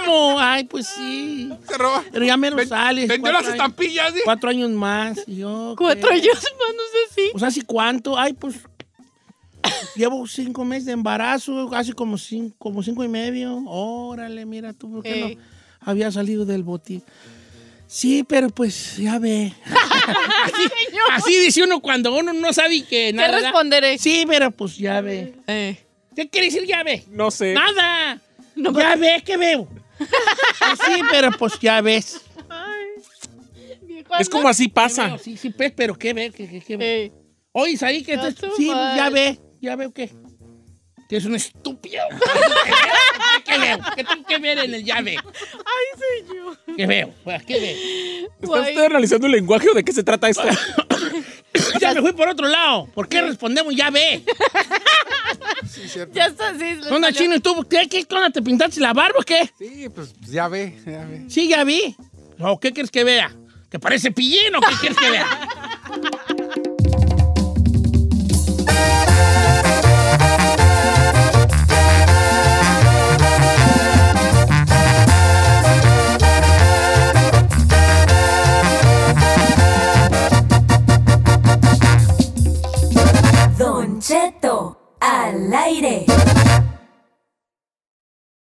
Speaker 1: ¿Cómo? Ay, pues sí.
Speaker 4: Se roba.
Speaker 1: Pero ya menos
Speaker 4: Ven-
Speaker 1: sales.
Speaker 4: Vendió
Speaker 1: cuatro
Speaker 4: las
Speaker 1: años-
Speaker 4: estampillas, ¿sí?
Speaker 1: Cuatro años más. y yo, ¿qué?
Speaker 2: Cuatro años más, no sé si.
Speaker 1: Pues así cuánto, ay, pues llevo cinco meses de embarazo, hace como cinco, como cinco y medio. Órale, mira tú, ¿por qué
Speaker 2: Ey.
Speaker 1: no había salido del botín? Sí, pero pues ya ve. así, así dice uno cuando uno no sabe que
Speaker 2: ¿Qué
Speaker 1: nada. ¿verdad?
Speaker 2: responderé?
Speaker 1: Sí, pero pues ya ve.
Speaker 2: Eh.
Speaker 1: ¿Qué quiere decir ya ve?
Speaker 3: No sé.
Speaker 1: Nada. ya ve que veo. Pues sí, pero pues ya ves.
Speaker 3: Es como así pasa.
Speaker 1: Sí, sí, pues, pero qué ve, qué, qué, qué ve.
Speaker 2: Eh.
Speaker 1: Oye, ahí que
Speaker 2: No,
Speaker 1: estás-
Speaker 2: tú
Speaker 1: Sí,
Speaker 2: mal.
Speaker 1: ya ve, ya veo que. Que es un estúpido. ¿Qué veo? ¿Qué tengo que ver en el ya ve?
Speaker 2: Ay, soy yo.
Speaker 1: ¿Qué veo? Pues, ¿Qué veo?
Speaker 3: ¿Está
Speaker 2: Guay.
Speaker 3: usted analizando el lenguaje o de qué se trata esto?
Speaker 1: Ya me fui por otro lado. ¿Por qué respondemos ya ve?
Speaker 2: Ya está, sí. le
Speaker 1: ¿Qué onda,
Speaker 2: salió.
Speaker 1: chino? ¿Y tú qué? ¿Qué onda? ¿Te pintaste la barba o qué?
Speaker 4: Sí, pues ya ve, ya ve.
Speaker 1: Sí, ya vi. ¿O qué quieres que vea? ¿Que parece pillín o qué quieres que vea?